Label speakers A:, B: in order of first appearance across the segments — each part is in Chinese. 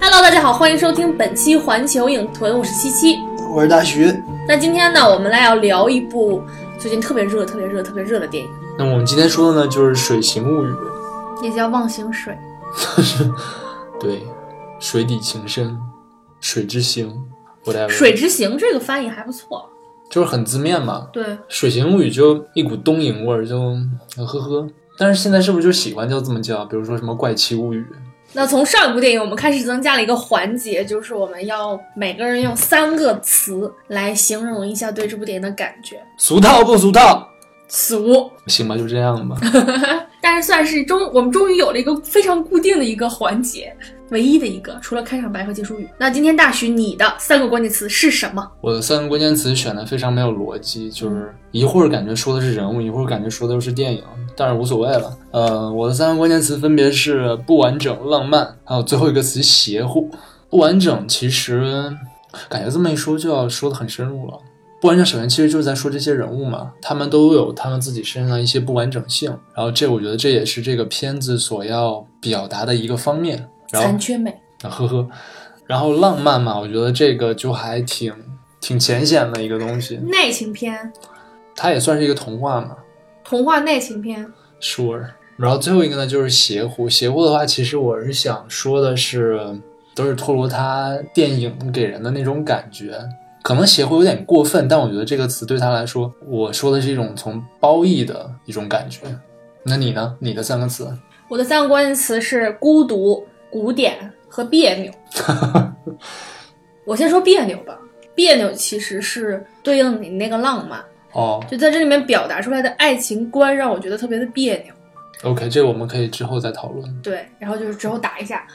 A: Hello，大家好，欢迎收听本期环球影屯，我是七七。
B: 我是大徐，
A: 那今天呢，我们来要聊一部最近特别热、特别热、特别热的电影，
C: 那么我们今天说的呢，就是《水形物语》，
D: 也叫忘形水。
C: 对，水底情深，水之形，whatever，
A: 《水之行》这个翻译还不错。
C: 就是很字面嘛，
A: 对，
C: 《水形物语》就一股东瀛味儿，就嗯呵呵呵。但是现在是不是就喜欢叫这么叫？比如说什么《怪奇物语
A: 那从上一部电影，我们开始增加了一个环节，就是我们要每个人用三个词来形容一下对这部电影的感觉。》，
C: 俗套不俗套？
A: 俗，
C: 行吧，就这样吧。
A: 但是算是终，我们终于有了一个非常固定的一个环节，唯一的一个，除了开场白和结束语。那今天大徐，你的三个关键词是什么？
C: 我的三个关键词选的非常没有逻辑，就是一会儿感觉说的是人物，一会儿感觉说的是电影，但是无所谓了。呃，我的三个关键词分别是不完整、浪漫，还有最后一个词邪乎。不完整其实感觉这么一说就要说的很深入了。不完整首先其实就是在说这些人物嘛，他们都有他们自己身上的一些不完整性，然后这我觉得这也是这个片子所要表达的一个方面。然后
A: 残缺美。
C: 啊，呵呵。然后浪漫嘛，我觉得这个就还挺挺浅显的一个东西，
A: 内情片，
C: 它也算是一个童话嘛
A: 童话内情片，
C: ，sure。然后最后一个呢，就是邪乎。邪乎的话，其实我是想说的是，都是托罗他电影给人的那种感觉。可能邪乎有点过分，但我觉得这个词对他来说，我说的是一种从褒义的一种感觉。那你呢？你的三个词？
A: 我的三个关键词是孤独、古典和别扭。我先说别扭吧，别扭其实是对应你那个浪漫，
C: 哦
A: 就在这里面表达出来的爱情观让我觉得特别的别扭。
C: ，OK，这个我们可以之后再讨论。
A: 对，然后就是之后打一下，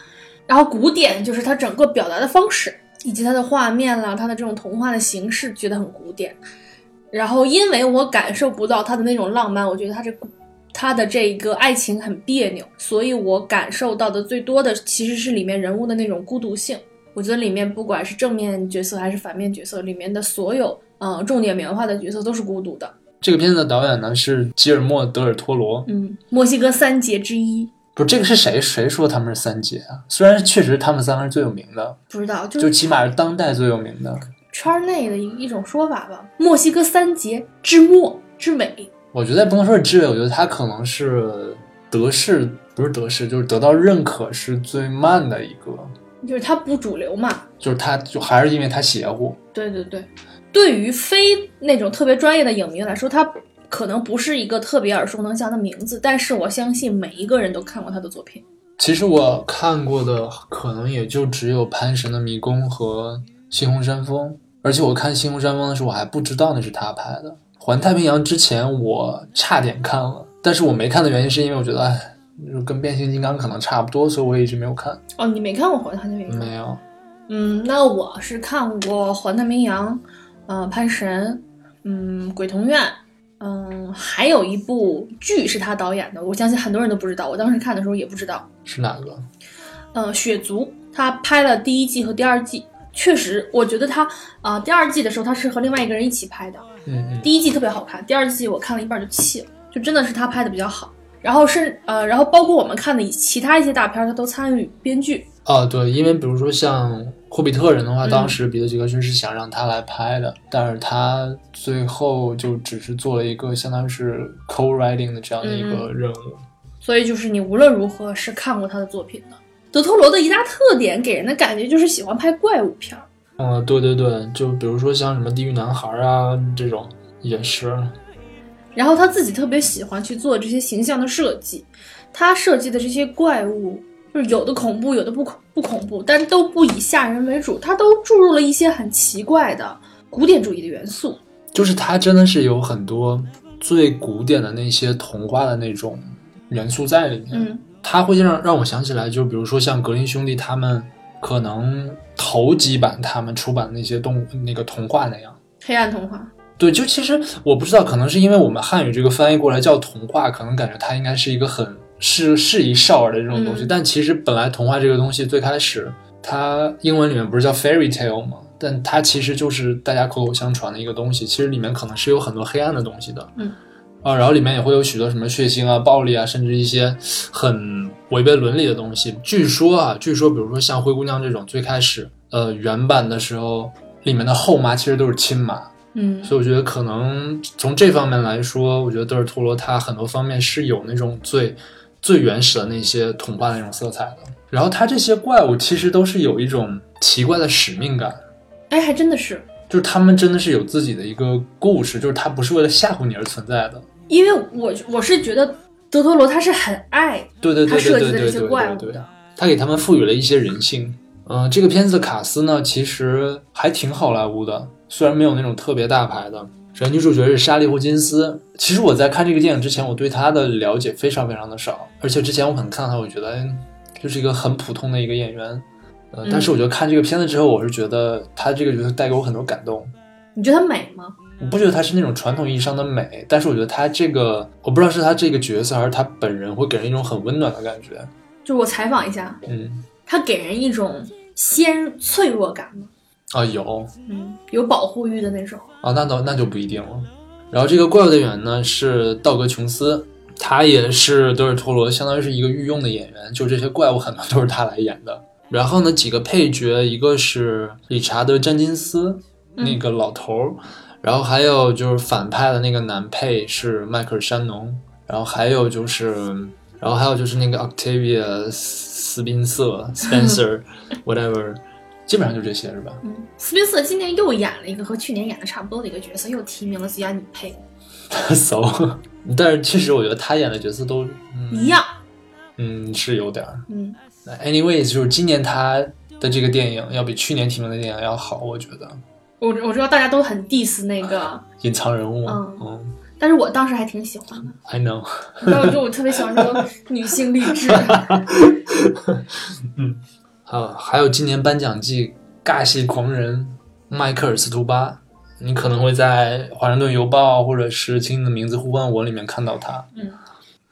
A: 然后古典就是它整个表达的方式，以及它的画面啦，它的这种童话的形式，觉得很古典。然后因为我感受不到它的那种浪漫，我觉得它这古它的这个爱情很别扭，所以我感受到的最多的其实是里面人物的那种孤独性。我觉得里面不管是正面角色还是反面角色，里面的所有呃重点描画的角色都是孤独的。
C: 这个片子的导演呢是吉尔莫·德尔托罗，
A: 嗯，墨西哥三杰之一，
C: 不是这个是谁谁说他们是三杰啊？虽然确实他们三个是最有名的，
A: 不知道就是
C: 就起码是当代最有名的。
A: 圈儿内的一一种说法吧。墨西哥三杰之末之美，
C: 我觉得也不能说是知伟，我觉得他可能是得势，不是得势，就是得到认可是最慢的一个，
A: 就是它不主流嘛。
C: 就是他就还是因为他邪乎。
A: 对对对，对于非那种特别专业的影迷来说，它可能不是一个特别耳熟能详的名字，但是我相信每一个人都看过他的作品。
C: 其实我看过的可能也就只有《潘神的迷宫》和《星空山峰》，而且我看《星空山峰》的时候，我还不知道那是他拍的。《环太平洋》之前我差点看了，但是我没看的原因是因为我觉得，哎，就跟变形金刚可能差不多，所以我也一直没有看。
A: 哦，你没看过《环太平洋》？
C: 没有，
A: 嗯，那我是看过《环太平洋》，呃，《潘神》，嗯，《鬼童院》，嗯，还有一部剧是他导演的，我相信很多人都不知道，我当时看的时候也不知道。
C: 是哪个？
A: 呃，血族，他拍了第一季和第二季，确实，我觉得他啊、呃第二季的时候他是和另外一个人一起拍的，
C: 嗯嗯，
A: 第一季特别好看，第二季我看了一半就弃了，就真的是他拍的比较好。然后是呃，然后包括我们看的其他一些大片儿，他都参与编剧，
C: 啊，对，因为比如说像《霍比特人》的话，
A: 嗯
C: 当时彼得·杰克逊是想让他来拍的，但是他最后就只是做了一个相当于是 co-writing 的这样的一个任务。
A: 所以就是你无论如何是看过他的作品的。德托罗的一大特点给人的感觉就是喜欢拍怪物片儿，
C: 嗯、对对对，就比如说像什么《地狱男孩》啊这种，也是，
A: 然后他自己特别喜欢去做这些形象的设计，他设计的这些怪物，就是有的恐怖，有的不恐不恐怖，但都不以吓人为主，他都注入了一些很奇怪的古典主义的元素。
C: 就是他真的是有很多最古典的那些童话的那种元素在里面。
A: 嗯
C: 它会让让我想起来，就比如说像格林兄弟他们可能头几版他们出版的那些动那个童话那样。
A: 黑暗童话，
C: 对，就其实我不知道，可能是因为我们汉语这个翻译过来叫童话，可能感觉它应该是一个很是适宜少儿的这种东西，
A: 嗯
C: 但其实本来童话这个东西最开始它英文里面不是叫 fairy tale 吗？但它其实就是大家口口相传的一个东西，其实里面可能是有很多黑暗的东西的，
A: 嗯，
C: 啊，然后里面也会有许多什么血腥啊、暴力啊，甚至一些很违背伦理的东西。据说啊，据说比如说像灰姑娘这种，最开始呃原版的时候，里面的后妈其实都是亲妈，
A: 嗯
C: 所以我觉得可能从这方面来说，我觉得德尔托罗他很多方面是有那种最最原始的那些童话的那种色彩的。然后他这些怪物其实都是有一种奇怪的使命感，
A: 哎，还真的是，
C: 就是他们真的是有自己的一个故事，就是他不是为了吓唬你而存在的。
A: 因为我我是觉得德托罗他是很爱
C: 对对
A: 他
C: 对对
A: 设
C: 对
A: 计的
C: 对
A: 这
C: 对
A: 些
C: 对
A: 怪
C: 对
A: 物的。
C: 他给他们赋予了一些人性。嗯、这个片子的卡斯呢，其实还挺好莱坞的，虽然没有那种特别大牌的。首先，女主角是莎莉·霍金斯。其实我在看这个电影之前，我对她的了解非常非常的少，而且之前我可能看到她，我觉得哎就是一个很普通的一个演员。呃，但
A: 嗯
C: 是我觉得看这个片子之后，我是觉得她这个角色带给我很多感动。
A: 你觉得他美吗？
C: 我不觉得她是那种传统意义上的美，但是我觉得她这个，我不知道是她这个角色还是她本人，会给人一种很温暖的感觉。
A: 就是我采访一下，
C: 嗯，
A: 他给人一种鲜脆弱感吗？
C: 啊，有
A: 嗯，有保护欲的那种。
C: 啊，那倒那就不一定了。然后这个怪物的演员呢是道格·琼斯，他也是德尔托罗，相当于是一个御用的演员，就这些怪物很多都是他来演的。然后呢，几个配角，一个是理查德·詹金斯
A: 嗯
C: 那个老头儿，然后还有就是反派的那个男配是迈克尔·山农，然后还有就是，然后还有就是那个 Octavia 斯宾瑟 （Spencer whatever），基本上就这些是吧？
A: 嗯，斯宾瑟今年又演了一个和去年演的差不多的一个角色，又提名了最佳女配，
C: 骚，但是确实我觉得他演的角色都
A: 一样。
C: 嗯是有点儿。
A: 嗯，
C: Anyways，就是今年他的这个电影要比去年提名的电影要好，我觉得。
A: 我我知道大家都很 diss 那个，
C: 隐藏人物，
A: 嗯
C: 嗯
A: 但是我当时还挺喜欢的。
C: ，I know，
A: 你知道，就我特别喜欢这种女性励志。
C: 啊，还有今年颁奖季尬戏狂人迈克尔·斯图巴，你可能会在《华盛顿邮报》或者是《请你的名字呼唤我》里面看到他。
A: 嗯，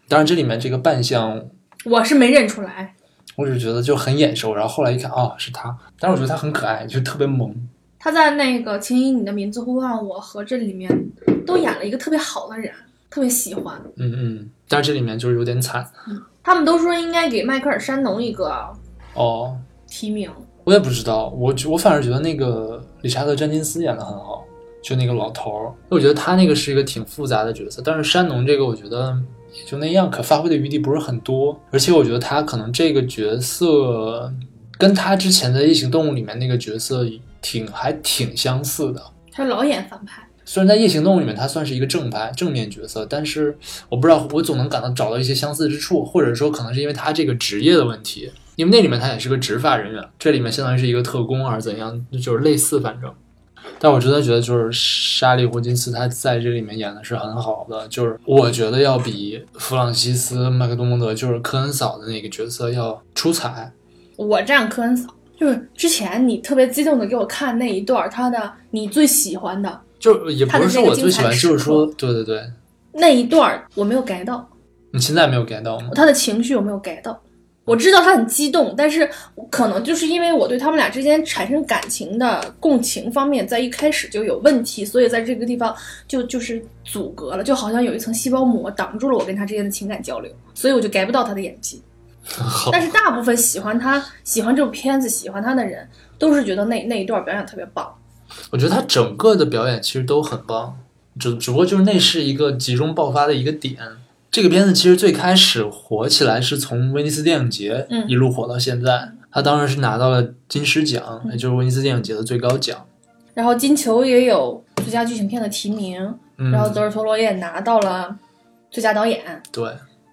C: 当然这里面这个扮相
A: 我是没认出来，
C: 我只是觉得就很眼熟，然后后来一看，哦，是他。但是我觉得他很可爱，就特别萌。
A: 她在那个《请以你的名字呼唤我》和这里面都演了一个特别好的人，特别喜欢。
C: 嗯嗯，但是这里面就是有点惨
A: 他们都说应该给迈克尔·山农一个
C: 哦。
A: 提名，
C: 我也不知道，我觉我反而觉得那个理查德·詹金斯演的很好，就那个老头儿，我觉得他那个是一个挺复杂的角色，但是山农这个我觉得也就那样，可发挥的余地不是很多，而且我觉得他可能这个角色跟他之前的《异形动物》里面那个角色挺还挺相似的。
A: 他老演反派。
C: 虽然在《夜行动物》里面他算是一个正牌正面角色，但是我不知道，我总能感到找到一些相似之处，或者说可能是因为他这个职业的问题，因为那里面他也是个执法人员，这里面相当于是一个特工还是怎样，就是类似反正。但我真的觉得，就是莎莉·霍金斯她在这里面演的是很好的，就是我觉得要比弗朗西斯·麦克多蒙德，就是科恩嫂的那个角色要出彩。
A: 我站科恩嫂，就是之前你特别激动的给我看那一段儿，他的你最喜欢的
C: 就是也不是说我最喜
A: 她的那
C: 欢，
A: 个精彩
C: 就是说，对对对，
A: 那一段儿我没有 get 到，
C: 你现在没有 get 到吗？
A: 他的情绪我没有 get 到。我知道他很激动，但是我可能就是因为我对他们俩之间产生感情的共情方面，在一开始就有问题，所以在这个地方就就是阻隔了，就好像有一层细胞膜挡住了我跟他之间的情感交流，所以我就 get 不到他的演技。
C: 好
A: 但是大部分喜欢他、喜欢这部片子、喜欢他的人，都是觉得那那一段表演特别棒。
C: 我觉得他整个的表演其实都很棒，只只不过就是那是一个集中爆发的一个点。这个片子其实最开始火起来是从威尼斯电影节
A: 嗯
C: 一路火到现在，他当时是拿到了金狮奖，
A: 嗯
C: 也就是威尼斯电影节的最高奖。
A: 然后金球也有最佳剧情片的提名，
C: 嗯，
A: 然后德尔托罗也拿到了最佳导演。
C: 对，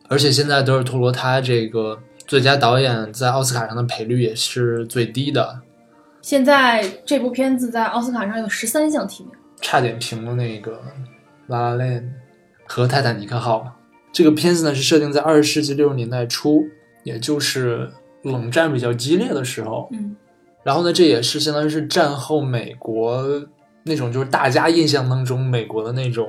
C: 而且现在德尔托罗他这个最佳导演在奥斯卡上的赔率也是最低的，
A: 现在这部片子在奥斯卡上有十三项提名，
C: 差点平了那个《拉拉 La Land》和《泰坦尼克号》。这个片子呢是设定在二十世纪六十年代初，也就是冷战比较激烈的时候。
A: 嗯，
C: 然后呢，这也是相当于是战后美国那种就是大家印象当中美国的那种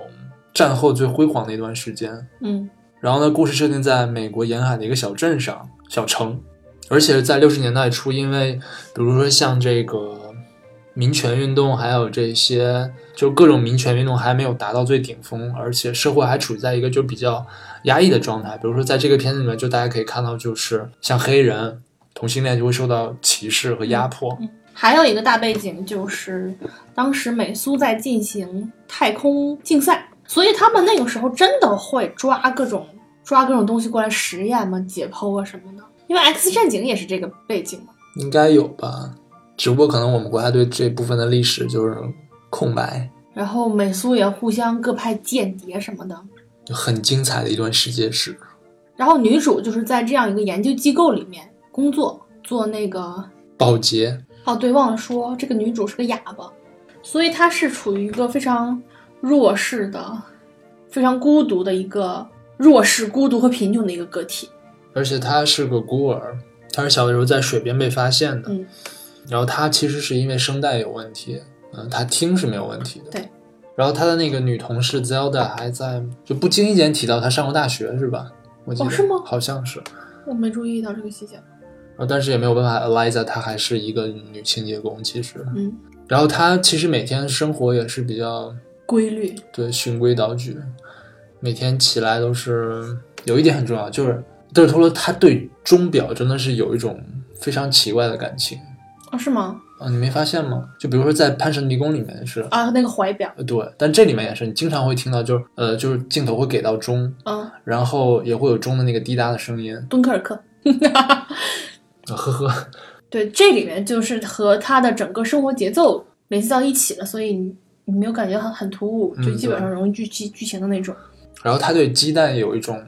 C: 战后最辉煌的一段时间。
A: 嗯，
C: 然后呢，故事设定在美国沿海的一个小镇上、小城，而且在六十年代初，因为比如说像这个民权运动，还有这些就各种民权运动还没有达到最顶峰，而且社会还处在一个就比较压抑的状态。比如说在这个片子里面，就大家可以看到，就是像黑人、同性恋就会受到歧视和压迫。
A: 还有一个大背景就是当时美苏在进行太空竞赛，所以他们那个时候真的会抓各种抓各种东西过来实验嘛、解剖啊什么的。因为《X 战警》也是这个背景嘛。
C: 应该有吧，只不过可能我们国家对这部分的历史就是空白，
A: 然后美苏也互相各派间谍什么的，
C: 就很精彩的一段世界史。
A: 然后女主就是在这样一个研究机构里面工作，做那个
C: 保洁，
A: 哦，对，忘了说，这个女主是个哑巴，所以她是处于一个非常弱势的、非常孤独的一个弱势、孤独和贫穷的一个个体。
C: 而且他是个孤儿，他是小的时候在水边被发现的。
A: 嗯
C: 然后他其实是因为声带有问题，嗯，他听是没有问题的。
A: 对。
C: 然后他的那个女同事 Zelda 还在就不经意间提到他上过大学是吧？我记得、
A: 哦是吗
C: 好像是。
A: 我没注意到这个细节。
C: 然后但是也没有办法，Eliza 她还是一个女清洁工其实。
A: 嗯，
C: 然后她其实每天生活也是比较
A: 规律。
C: 对，循规蹈矩，每天起来都是有一点很重要，就是德尔托罗他对钟表真的是有一种非常奇怪的感情
A: 哦，是吗？
C: 啊，你没发现吗？就比如说在《潘神迷宫》里面是，
A: 啊，那个怀表，
C: 呃对，但这里面也是，你经常会听到就是呃，就是镜头会给到钟，
A: 嗯，
C: 然后也会有钟的那个滴答的声音，
A: 敦刻尔克。
C: 啊呵呵，
A: 对，这里面就是和她的整个生活节奏联系到一起了，所以你你没有感觉很很突兀，就
C: 嗯
A: 基本
C: 对
A: 上融入剧剧剧情的那种。
C: 然后他对鸡蛋有一种，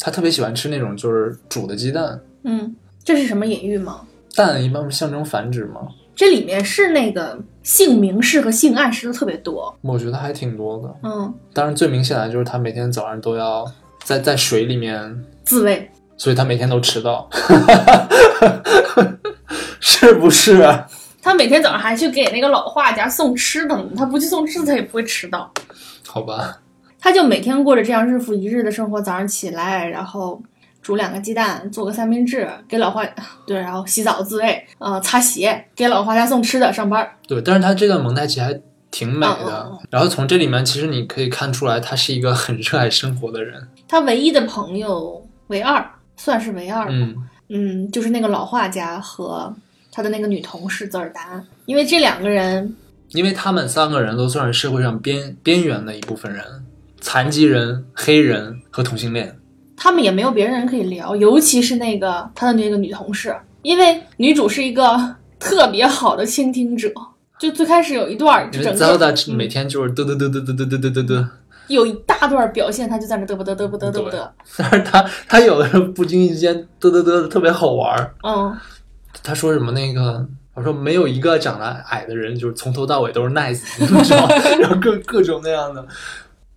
C: 他特别喜欢吃那种就是煮的鸡蛋，
A: 嗯，这是什么隐喻吗？
C: 蛋一般不是象征繁殖吗？
A: 这里面是那个性明示和性暗示都特别多。
C: 我觉得还挺多的。
A: 嗯，
C: 当然，最明显的就是他每天早上都要在在水里面，
A: 自慰。
C: 所以他每天都迟到，是不是？啊
A: 他每天早上还去给那个老画家送吃的呢，他不去送吃的，他也不会迟到。
C: 好吧，
A: 他就每天过着这样日复一日的生活，早上起来，然后煮两个鸡蛋，做个三明治，给老画 对，然后洗澡自慰，呃，擦鞋，给老画家送吃的，上班。
C: 对，但是他这段蒙太奇还挺美的。
A: 嗯嗯
C: 然后从这里面，其实你可以看出来，他是一个很热爱生活的人。
A: 他唯一的朋友唯二，算是唯二吧。
C: 嗯，
A: 嗯，就是那个老画家和他的那个女同事泽尔达，因为这两个人，
C: 因为他们三个人都算是社会上边边缘的一部分人，残疾人、黑人和同性恋。
A: 他们也没有别人可以聊，尤其是那个他的那个女同事，因为女主是一个 特别好的倾听者。就最开始有一段儿，就
C: 因为
A: 整个
C: Zelda
A: 嗯
C: 每天就是嘚嘚嘚嘚嘚嘚嘚嘚嘚嘚，
A: 有一大段表现，她就在那嘚啵嘚嘚啵嘚嘚啵
C: 对
A: 嘚，
C: 但是他他有的时候不经意间嘚嘚嘚得特别好玩儿。
A: 嗯，
C: 他说什么那个，我说没有一个长得矮的人，就是从头到尾都是 nice，你 知 道吗？然后各各种那样的，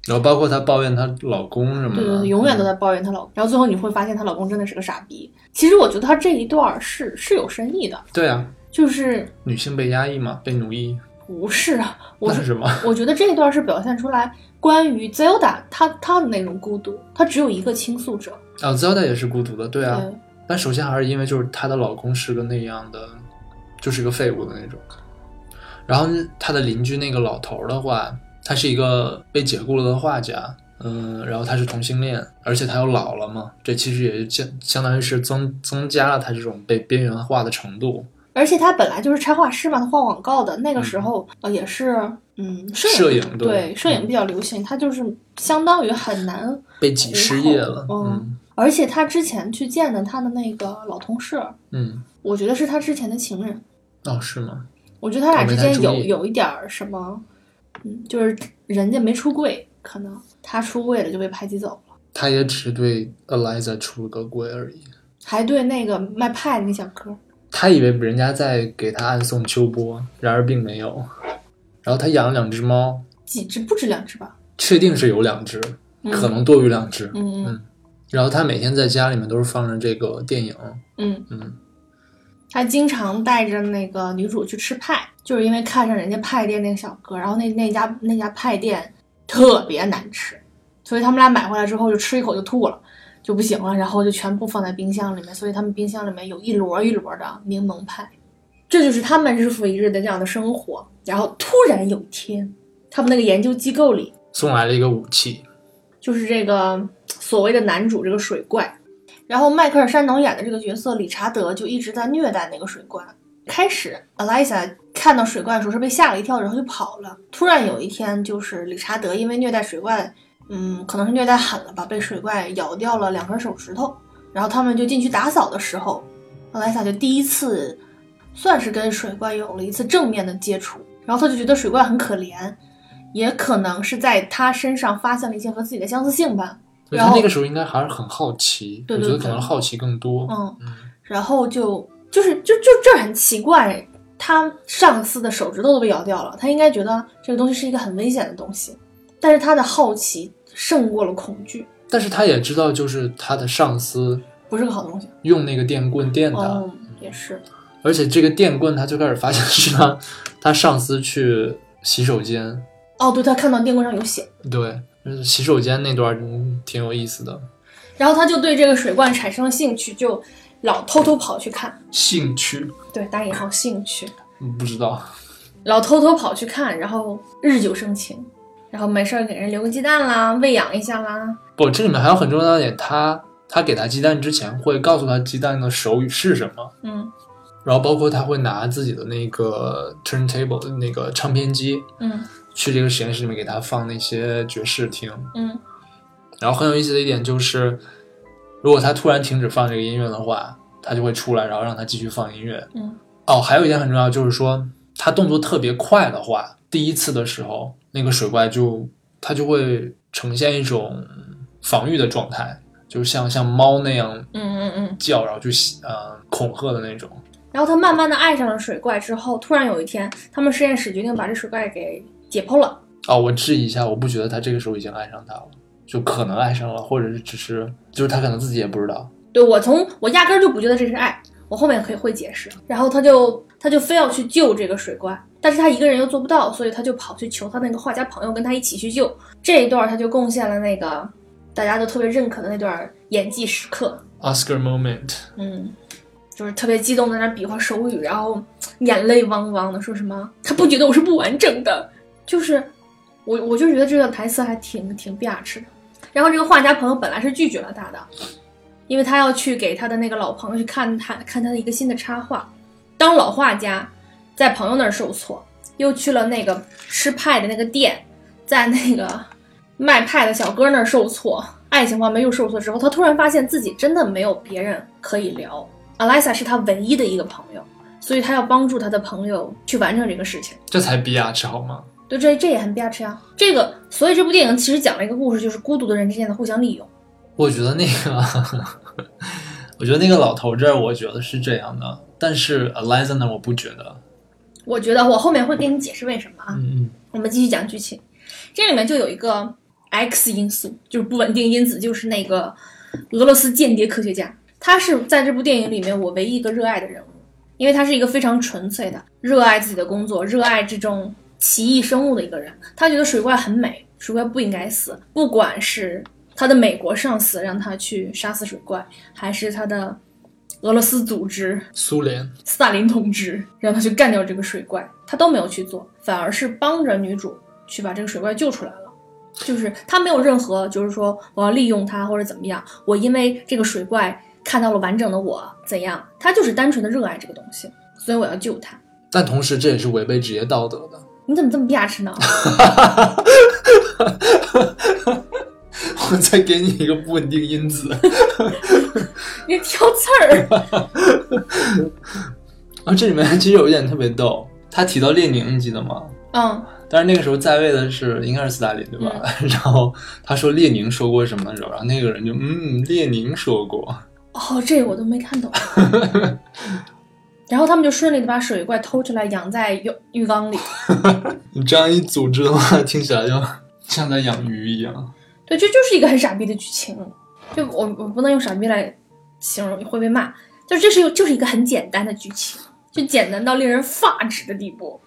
C: 然后包括她抱怨她老公什么的，
A: 对
C: 嗯
A: 对对，永远都在抱怨她老公。然后最后你会发现她老公真的是个傻逼。其实我觉得她这一段儿是是有深意的，
C: 对啊，
A: 就是
C: 女性被压抑嘛，被奴役，
A: 不是啊，我
C: 那
A: 是
C: 是什么？
A: 我觉得这一段是表现出来关于 Zelda 她她的那种孤独，她只有一个倾诉者。
C: 啊，Zelda 也是孤独的，对啊，
A: 对，
C: 但首先还是因为就是她的老公是个那样的，就是个废物的那种。然后她的邻居那个老头儿的话，他是一个被解雇了的画家，嗯、嗯，然后他是同性恋，而且他又老了嘛，这其实也相相当于是增增加了他这种被边缘化的程度。
A: 而且他本来就是插画师嘛，他画广告的。那个时候、呃也是，嗯，摄影
C: 嗯摄影对
A: 对摄影
C: 嗯
A: 比较流行，他就是相当于很难。
C: 被挤失业了，
A: 嗯
C: 嗯
A: 而且他之前去见的他的那个老同事，
C: 嗯，
A: 我觉得是他之前的情人，
C: 哦是吗？
A: 我觉得他俩
C: 我哦没
A: 之
C: 太
A: 间
C: 注
A: 有
C: 意
A: 有一点儿什么，嗯，就是人家没出柜，可能他出柜了就被排挤走了，
C: 他也只对 Eliza 出了个轨而已，
A: 还对那个卖派那小哥，
C: 他以为人家在给他暗送秋波，然而并没有。然后他养了两只猫，
A: 几只不止两只吧，
C: 确定是有两只，
A: 嗯
C: 可能多于两只。
A: 嗯嗯
C: 嗯然后他每天在家里面都是放着这个电影，
A: 嗯，
C: 嗯，
A: 他经常带着那个女主去吃派，就是因为看上人家派店那个小哥，然后那那家那家派店特别难吃，所以他们俩买回来之后就吃一口就吐了。就不行了，然后就全部放在冰箱里面，所以他们冰箱里面有一摞一摞的柠檬派，这就是他们日复一日的这样的生活。然后突然有一天，他们那个研究机构里
C: 送来了一个武器，
A: 就是这个所谓的男主这个水怪。然后迈克尔·山农演的这个角色理查德就一直在虐待那个水怪。开始 e l i s a 看到水怪的时候是被吓了一跳，然后就跑了。突然有一天，就是理查德因为虐待水怪，嗯，可能是虐待狠了吧，被水怪咬掉了两根手指头。然后他们就进去打扫的时候 e l i s a 就第一次算是跟水怪有了一次正面的接触。然后他就觉得水怪很可怜，也可能是在他身上发现了一些和自己的相似性吧。
C: 所以
A: 然
C: 他
A: 后
C: 那个时候应该还是很好奇，
A: 对对
C: 我觉得可能
A: 对
C: 好奇更多。
A: 嗯，
C: 嗯
A: 然后就就是就就这儿很奇怪，他上司的手指头都被咬掉了，他应该觉得这个东西是一个很危险的东西，但是他的好奇胜过了恐惧，
C: 但是他也知道，就是他的上司
A: 不是个好东西。
C: 用那个电棍电他，
A: 嗯，也是，
C: 而且这个电棍他最开始发现是他他上司去洗手间，
A: 哦，对他看到电棍上有血，
C: 对，就是洗手间那段嗯挺有意思的。
A: 然后他就对这个水罐产生了兴趣，就老偷偷跑去看，
C: 兴趣
A: 对，打引号兴趣。
C: 嗯不知道，
A: 老偷偷跑去看，然后日久生情，然后没事儿给人留个鸡蛋啦，喂养一下啦。
C: 不，这里面还有很重要的一点，他他给他鸡蛋之前会告诉他鸡蛋的手语是什么，
A: 嗯
C: 然后包括他会拿自己的那个 turntable 那个唱片机
A: 嗯
C: 去这个实验室里面给他放那些爵士听。
A: 嗯
C: 然后很有意思的一点就是，如果他突然停止放这个音乐的话，他就会出来，然后让他继续放音乐。
A: 嗯。
C: 哦，还有一点很重要，就是说他动作特别快的话，第一次的时候，那个水怪就它就会呈现一种防御的状态，就像像猫那样
A: 嗯嗯嗯。
C: 叫，然后就呃恐吓的那种。
A: 然后他慢慢的爱上了水怪之后，突然有一天，他们实验室决定把这水怪给解剖了。
C: 哦，我质疑一下，我不觉得他这个时候已经爱上他了，就可能爱上了，或者是只是就是他可能自己也不知道。
A: 对我从我压根儿就不觉得这是爱，我后面可以会解释。然后他就他就非要去救这个水怪，但是他一个人又做不到，所以他就跑去求他那个画家朋友跟他一起去救。这一段他就贡献了那个大家都特别认可的那段演技时刻。
C: Oscar moment，
A: 嗯，就是特别激动，在那比划手语，然后眼泪汪汪的，说什么他不觉得我是不完整的，就是我我就觉得这段台词还挺挺别致的。然后这个画家朋友本来是拒绝了他的，因为他要去给他的那个老朋友去看他看他的一个新的插画。当老画家在朋友那儿受挫，又去了那个吃派的那个店，在那个卖派的小哥那儿受挫，爱情方面又受挫之后，他突然发现自己真的没有别人可以聊。Alisa 是他唯一的一个朋友，所以他要帮助他的朋友去完成这个事情。
C: 这才比牙齿好吗？
A: 对，这这也很 bitch 呀、啊这个，所以这部电影其实讲了一个故事，就是孤独的人之间的互相利用。
C: 我觉得那个，我觉得那个老头这儿，我觉得是这样的，但是 Eliza 呢，我不觉得。
A: 我觉得我后面会给你解释为什么啊。
C: 嗯
A: 我们继续讲剧情，这里面就有一个 X 因素，就是不稳定因子，就是那个俄罗斯间谍科学家，他是在这部电影里面我唯一一个热爱的人物，因为他是一个非常纯粹的热爱自己的工作、热爱这种奇异生物的一个人。他觉得水怪很美，水怪不应该死，不管是他的美国上司让他去杀死水怪，还是他的俄罗斯组织
C: 嗯，苏联
A: 斯大林同志让他去干掉这个水怪，他都没有去做，反而是帮着女主去把这个水怪救出来了。就是他没有任何就是说我要利用他或者怎么样，我因为这个水怪看到了完整的我怎样，他就是单纯的热爱这个东西，所以我要救他。
C: 但同时这也是违背职业道德的。
A: 你怎么这么牙齿呢？
C: 我再给你一个不稳定因子。
A: 你挑刺儿，
C: 啊，这里面其实有一点特别逗，他提到列宁，你记得吗？
A: 嗯，
C: 但是那个时候在位的是应该是斯大林对吧？ 然后他说列宁说过什么的时候，然后那个人就嗯，列宁说过，
A: 哦，这我都没看懂。然后他们就顺利的把水怪偷出来养在浴浴缸里。
C: 你这样一组织的话，听起来就像在养鱼一样。
A: 对，这就是一个很傻逼的剧情。就我我不能用傻逼来形容，会被骂。就是这是一个就是一个很简单的剧情，就简单到令人发指的地步。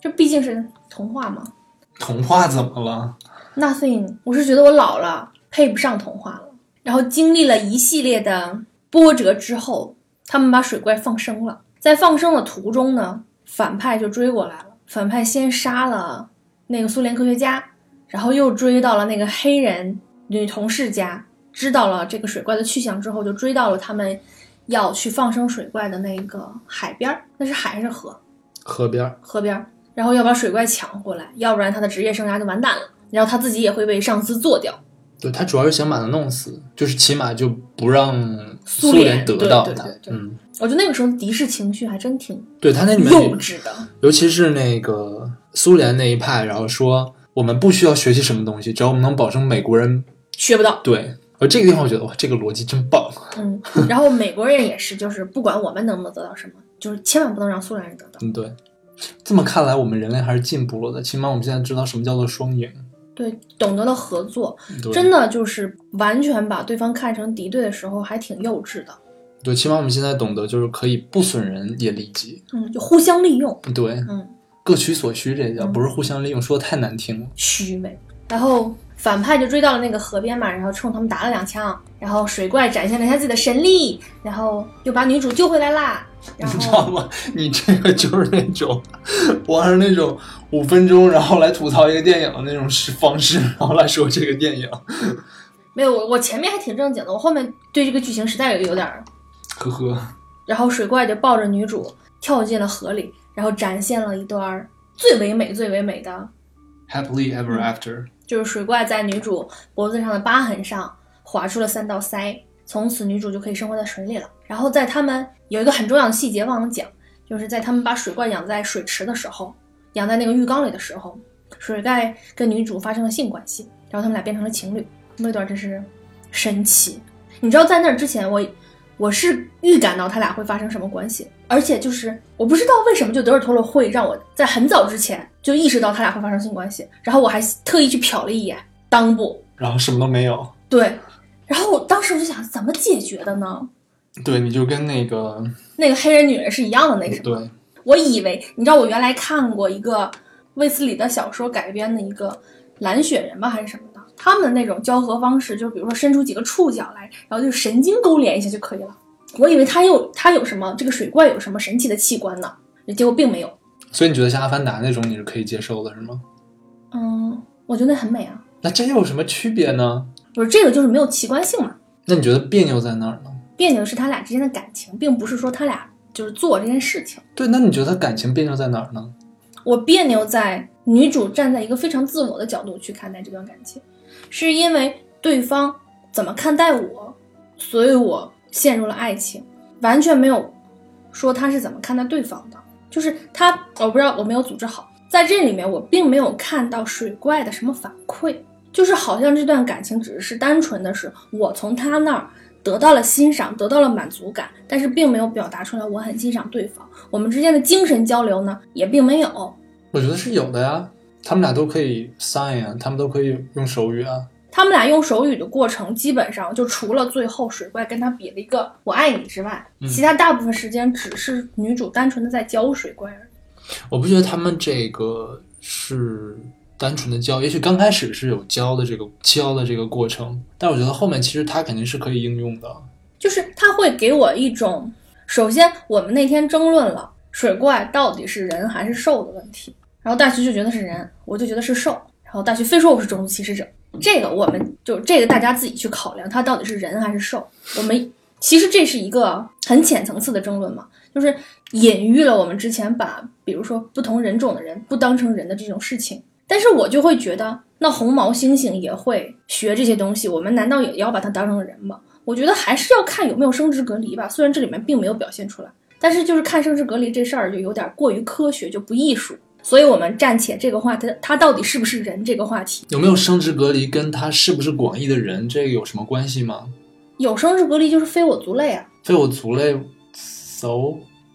A: 这毕竟是童话嘛
C: 童话怎么了？
A: ，nothing。我是觉得我老了，配不上童话了。然后经历了一系列的波折之后，他们把水怪放生了。在放生的途中呢，反派就追过来了。反派先杀了那个苏联科学家，然后又追到了那个黑人女同事家，知道了这个水怪的去向之后，就追到了他们要去放生水怪的那个海边儿，那是海还是河？
C: 河边儿
A: 河边儿，然后要把水怪抢回来，要不然他的职业生涯就完蛋了，然后他自己也会被上司做掉。
C: 对他主要是想把他弄死，就是起码就不让
A: 苏
C: 苏
A: 联
C: 联得到
A: 对
C: 他
A: 对对。对
C: 嗯，
A: 我觉得那个时候敌视情绪还真挺
C: 对他那里面有
A: 幼稚的，
C: 尤其是那个苏联那一派，然后说我们不需要学习什么东西，只要我们能保证美国人
A: 学不到。
C: 对。而这个地方我觉得哇，这个逻辑真棒。啊
A: 嗯，然后美国人也是，就是不管我们能不能得到什么，就是千万不能让苏联人得到。
C: 嗯，对。这么看来，我们人类还是进步了的，起码我们现在知道什么叫做双赢。
A: 对，懂得了合作，
C: 对
A: 真的就是完全把对方看成敌对的时候，还挺幼稚的。
C: 对，起码我们现在懂得就是可以不损人也利己。
A: 嗯，就互相利用，
C: 对，
A: 嗯，
C: 各取所需，这叫
A: 嗯
C: 不是互相利用，说的太难听了。
A: 虚伪。然后反派就追到了那个河边嘛，然后冲他们打了两枪，然后水怪展现了一下自己的神力，然后又把女主救回来啦。然
C: 你知道
A: 后
C: 吗？你这个就是那种，我还是那种五分钟，然后来吐槽一个电影的那种是方式，然后来说这个电影，
A: 没有我，我前面还挺正经的，我后面对这个剧情实在有有点儿
C: 呵呵。
A: 然后水怪就抱着女主跳进了河里，然后展现了一段儿最唯美、最唯美的，
C: Happily ever after，
A: 就是水怪在女主脖子上的疤痕上划出了三道腮，从此女主就可以生活在水里了。然后在他们有一个很重要的细节忘了讲，就是在他们把水怪养在水池的时候，养在那个浴缸里的时候，水怪跟女主发生了性关系，然后他们俩变成了情侣。那段真是神奇。你知道在那之前我，我是预感到他俩会发生什么关系，而且就是我不知道为什么就德尔托罗会让我在很早之前就意识到他俩会发生性关系，然后我还特意去瞟了一眼裆部，
C: 然后什么都没有。
A: 对，然后我当时我就想怎么解决的呢？
C: 对，你就跟那个
A: 那个黑人女人是一样的那什么。
C: 对，
A: 我以为，你知道我原来看过一个卫斯理的小说改编的一个《蓝雪人》吧，还是什么的，他们的那种交合方式，就比如说伸出几个触角来，然后就神经勾连一下就可以了。我以为他有他有什么这个水怪有什么神奇的器官呢，结果并没有。
C: 所以你觉得像《阿凡达》那种你是可以接受的，是吗？
A: 嗯，我觉得很美啊，
C: 那这又有什么区别呢？
A: 不是这个就是没有奇观性嘛。
C: 那你觉得别扭在哪儿呢？
A: 别扭是他俩之间的感情，并不是说他俩就是做这件事情。
C: 对，那你觉得感情别扭在哪儿呢？
A: 我别扭在女主站在一个非常自我的角度去看待这段感情，是因为对方怎么看待我，所以我陷入了爱情，完全没有说他是怎么看待对方的，就是他，我不知道我没有组织好，在这里面我并没有看到水怪的什么反馈，就是好像这段感情只是单纯的是我从他那儿。得到了欣赏，得到了满足感，但是并没有表达出来我很欣赏对方。我们之间的精神交流呢，也并没有。
C: 我觉得是有的呀，他们俩都可以 sign 啊，他们都可以用手语啊。
A: 他们俩用手语的过程，基本上就除了最后水怪跟他比了一个“我爱你”之外，
C: 嗯
A: 其他大部分时间只是女主单纯的在教水怪而已。
C: 我不觉得他们这个是单纯的教，也许刚开始是有教的这个教的这个过程，但我觉得后面其实它肯定是可以应用的。
A: 就是他会给我一种，首先我们那天争论了水怪到底是人还是兽的问题，然后大徐就觉得是人，我就觉得是兽，然后大学非说我是种族歧视者，这个我们就这个大家自己去考量，他到底是人还是兽。我们其实这是一个很浅层次的争论嘛，就是隐喻了我们之前把比如说不同人种的人不当成人的这种事情。但是我就会觉得，那红毛猩猩也会学这些东西，我们难道也要把它当成人吗？我觉得还是要看有没有生殖隔离吧，虽然这里面并没有表现出来，但是就是看生殖隔离这事儿就有点过于科学，就不艺术。所以我们暂且这个话，它它到底是不是人这个话题，
C: 有没有生殖隔离跟他是不是广义的人这个有什么关系吗？
A: 有生殖隔离就是非我族类啊。
C: 非我族类，so，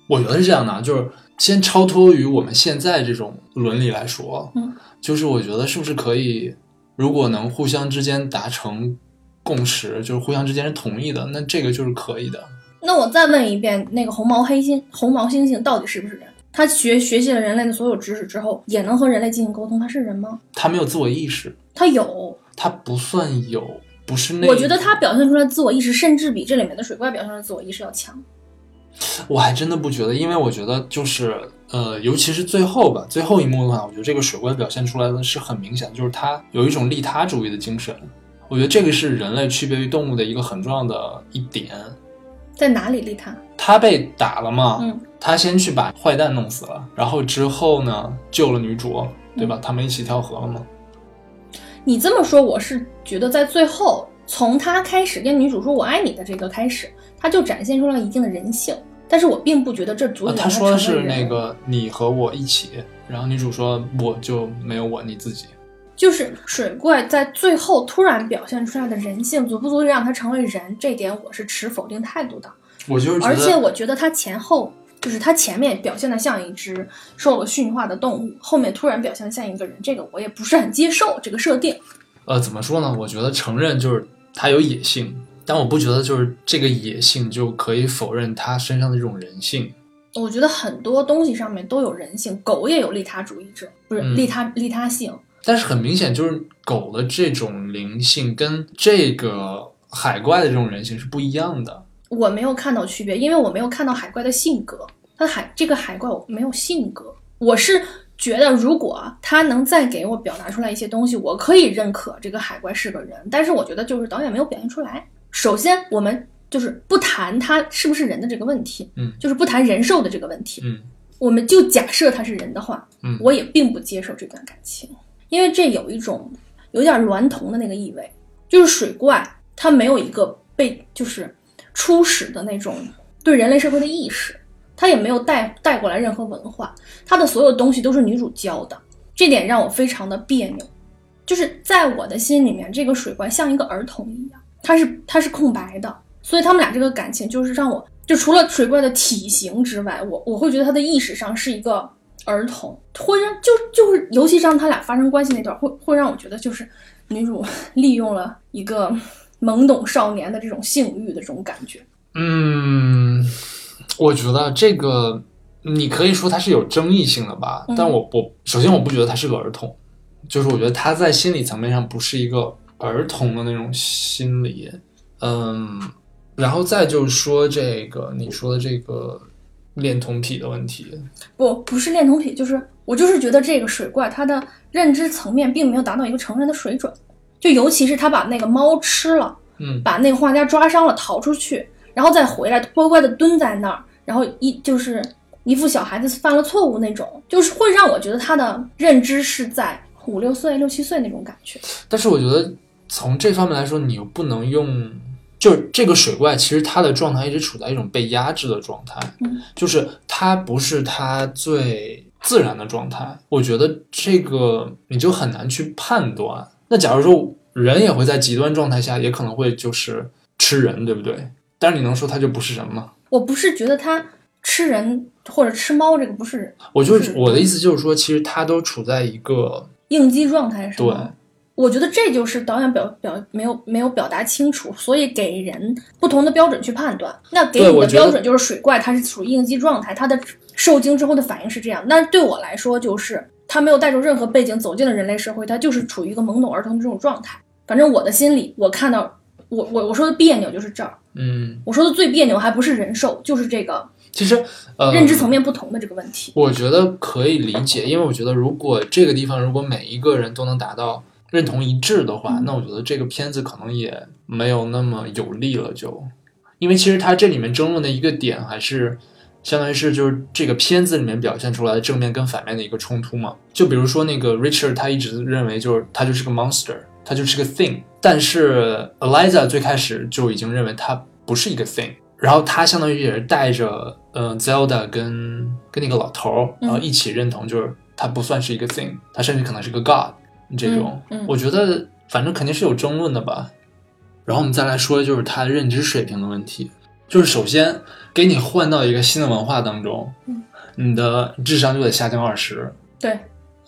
C: 我觉得是这样的啊，就是先超脱于我们现在这种伦理来说，
A: 嗯，
C: 就是我觉得是不是可以，如果能互相之间达成共识，就是互相之间是同意的，那这个就是可以的。
A: 那我再问一遍，那个红毛黑猩红毛猩猩到底是不是人？它学学习了人类的所有知识之后，也能和人类进行沟通，它是人吗？
C: 他没有自我意识，
A: 它有，
C: 他不算有，不是那。
A: 我觉得它，表现出来自我意识，甚至比这里面的水怪表现出来自我意识要强。
C: 我还真的不觉得，因为我觉得就是呃，尤其是最后吧，最后一幕的话，我觉得这个水怪表现出来的是很明显，就是他有一种利他主义的精神。我觉得这个是人类区别于动物的一个很重要的一点。
A: 在哪里利他？
C: 他被打了嘛，
A: 嗯
C: 他先去把坏蛋弄死了，然后之后呢救了女主，对
A: 嗯
C: 吧？他们一起跳河了嘛。
A: 你这么说，我是觉得在最后，从他开始跟女主说“我爱你”的这个开始，他就展现出了一定的人性。但是我并不觉得这足以
C: 啊
A: 让
C: 他
A: 成
C: 说
A: 为
C: 的是
A: 人
C: 那个你和我一起，然后女主说我就没有我，你自己。
A: 就是水怪在最后突然表现出来的人性，足不足以让他成为人，这点我是持否定态度的。
C: 我就是觉得，
A: 而且我觉得他前后，就是他前面表现的像一只受了驯化的动物，后面突然表现的像一个人，这个我也不是很接受这个设定。
C: 呃，怎么说呢？我觉得承认就是他有野性，但我不觉得就是这个野性就可以否认他身上的这种人性。
A: 我觉得很多东西上面都有人性，狗也有利他主义者，不是、
C: 嗯
A: 利他利他性。
C: 但是很明显，就是狗的这种灵性跟这个海怪的这种人性是不一样的。
A: 我没有看到区别，因为我没有看到海怪的性格。它的海这个海怪我没有性格，我是觉得如果他能再给我表达出来一些东西，我可以认可这个海怪是个人。但是我觉得就是导演没有表现出来。首先，我们就是不谈他是不是人的这个问题，
C: 嗯
A: 就是不谈人兽的这个问题，
C: 嗯
A: 我们就假设他是人的话，
C: 嗯，
A: 我也并不接受这段感情，因为这有一种有点娈童的那个意味，就是水怪它没有一个被就是初始的那种对人类社会的意识，它也没有带带过来任何文化，它的所有东西都是女主教的，这点让我非常的别扭，就是在我的心里面，这个水怪像一个儿童一样，它是它是空白的，所以他们俩这个感情就是让我就除了水怪的体型之外，我我会觉得他的意识上是一个儿童，会让就就是尤其让他俩发生关系那段，会会让我觉得就是女主 利用了一个懵懂少年的这种性欲的这种感觉。
C: 嗯，我觉得这个你可以说它是有争议性的吧，
A: 嗯
C: 但我我首先我不觉得他是个儿童，就是我觉得他在心理层面上不是一个儿童的那种心理，嗯，然后再就是说这个你说的这个恋童癖的问题，
A: 不，不是恋童癖，就是我就是觉得这个水怪它的认知层面并没有达到一个成人的水准，就尤其是他把那个猫吃了。
C: 嗯，
A: 把那个画家抓伤了，逃出去，然后再回来，乖乖的蹲在那儿，然后一就是一副小孩子犯了错误那种，就是会让我觉得他的认知是在五六岁、六七岁那种感觉。
C: 但是我觉得从这方面来说，你又不能用，就是这个水怪其实它的状态一直处在一种被压制的状态，
A: 嗯
C: 就是它不是它最自然的状态。我觉得这个你就很难去判断。那假如说人也会在极端状态下，也可能会就是吃人，对不对？但是你能说它就不是人吗？
A: 我不是觉得他吃人或者吃猫这个不是
C: 我就是是我的意思就是说，其实它都处在一个
A: 应激状态是
C: 对
A: 吗？我觉得这就是导演表表没有没有表达清楚，所以给人不同的标准去判断。那给
C: 对
A: 你
C: 我
A: 的
C: 觉得
A: 标准就是水怪，它是处于应激状态，它的受惊之后的反应是这样。那对我来说，就是他没有带着任何背景走进了人类社会，他就是处于一个懵懂儿童的这种状态。反正我的心里，我看到我我我说的别扭就是这儿，
C: 嗯
A: 我说的最别扭还不是人兽，就是这个
C: 其实呃，
A: 认知层面不同的这个问题。
C: 我觉得可以理解，因为我觉得如果这个地方如果每一个人都能达到认同一致的话，
A: 嗯
C: 那我觉得这个片子可能也没有那么有力了就。因为其实它这里面争论的一个点还是。相当于是就是这个片子里面表现出来的正面跟反面的一个冲突嘛。就比如说那个 Richard，他一直认为就是他就是个 monster，他就是个 thing，但是 Eliza 最开始就已经认为他不是一个 thing，然后他相当于也是带着呃 Zelda 跟跟那个老头儿，然后一起认同就是他不算是一个 thing，他甚至可能是个 god 这种。
A: 嗯嗯
C: 我觉得反正肯定是有争论的吧。然后我们再来说就是他认知水平的问题，就是首先给你换到一个新的文化当中，
A: 嗯
C: 你的智商就得下降二十。
A: 对，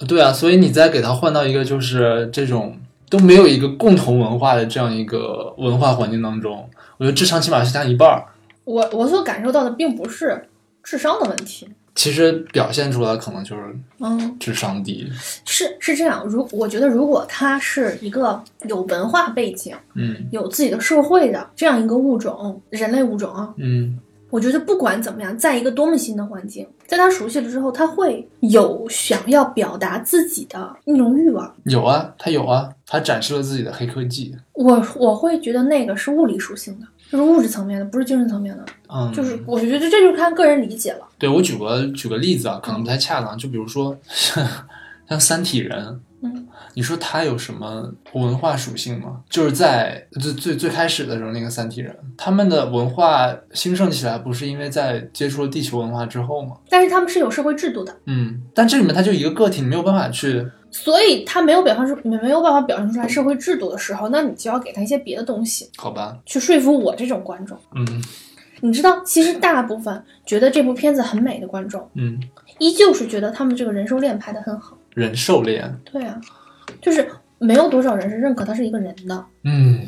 C: 对啊，所以你再给他换到一个就是这种都没有一个共同文化的这样一个文化环境当中，我觉得智商起码是降一半儿。
A: 我我所感受到的并不是智商的问题，
C: 其实表现出来可能就是
A: 嗯，
C: 智商低，
A: 是是这样。如我觉得，如果他是一个有文化背景、
C: 嗯
A: 有自己的社会的这样一个物种，人类物种啊，
C: 嗯
A: 我觉得不管怎么样，在一个多么新的环境，在他熟悉了之后，他会有想要表达自己的那种欲望。
C: 有啊，他有啊，他展示了自己的黑科技，
A: 我我会觉得那个是物理属性的，就是物质层面的，不是精神层面的。
C: 嗯，
A: 就是我觉得这就是看个人理解了。
C: 对我举个举个例子啊，可能不太恰当，就比如说像三体人，
A: 嗯，
C: 你说他有什么文化属性吗？就是在最最最开始的时候，那个三体人，他们的文化兴盛起来，不是因为在接触了地球文化之后吗？
A: 但是他们是有社会制度的，
C: 嗯，但这里面他就一个个体，你没有办法去，
A: 所以他没有表现出没没有办法表现出来社会制度的时候，那你就要给他一些别的东西
C: 好吧？
A: 去说服我这种观众。
C: 嗯
A: 你知道，其实大部分觉得这部片子很美的观众，
C: 嗯，
A: 依旧是觉得他们这个人兽恋拍得很好。
C: 人兽恋，
A: 对啊，就是没有多少人是认可他是一个人的。
C: 嗯，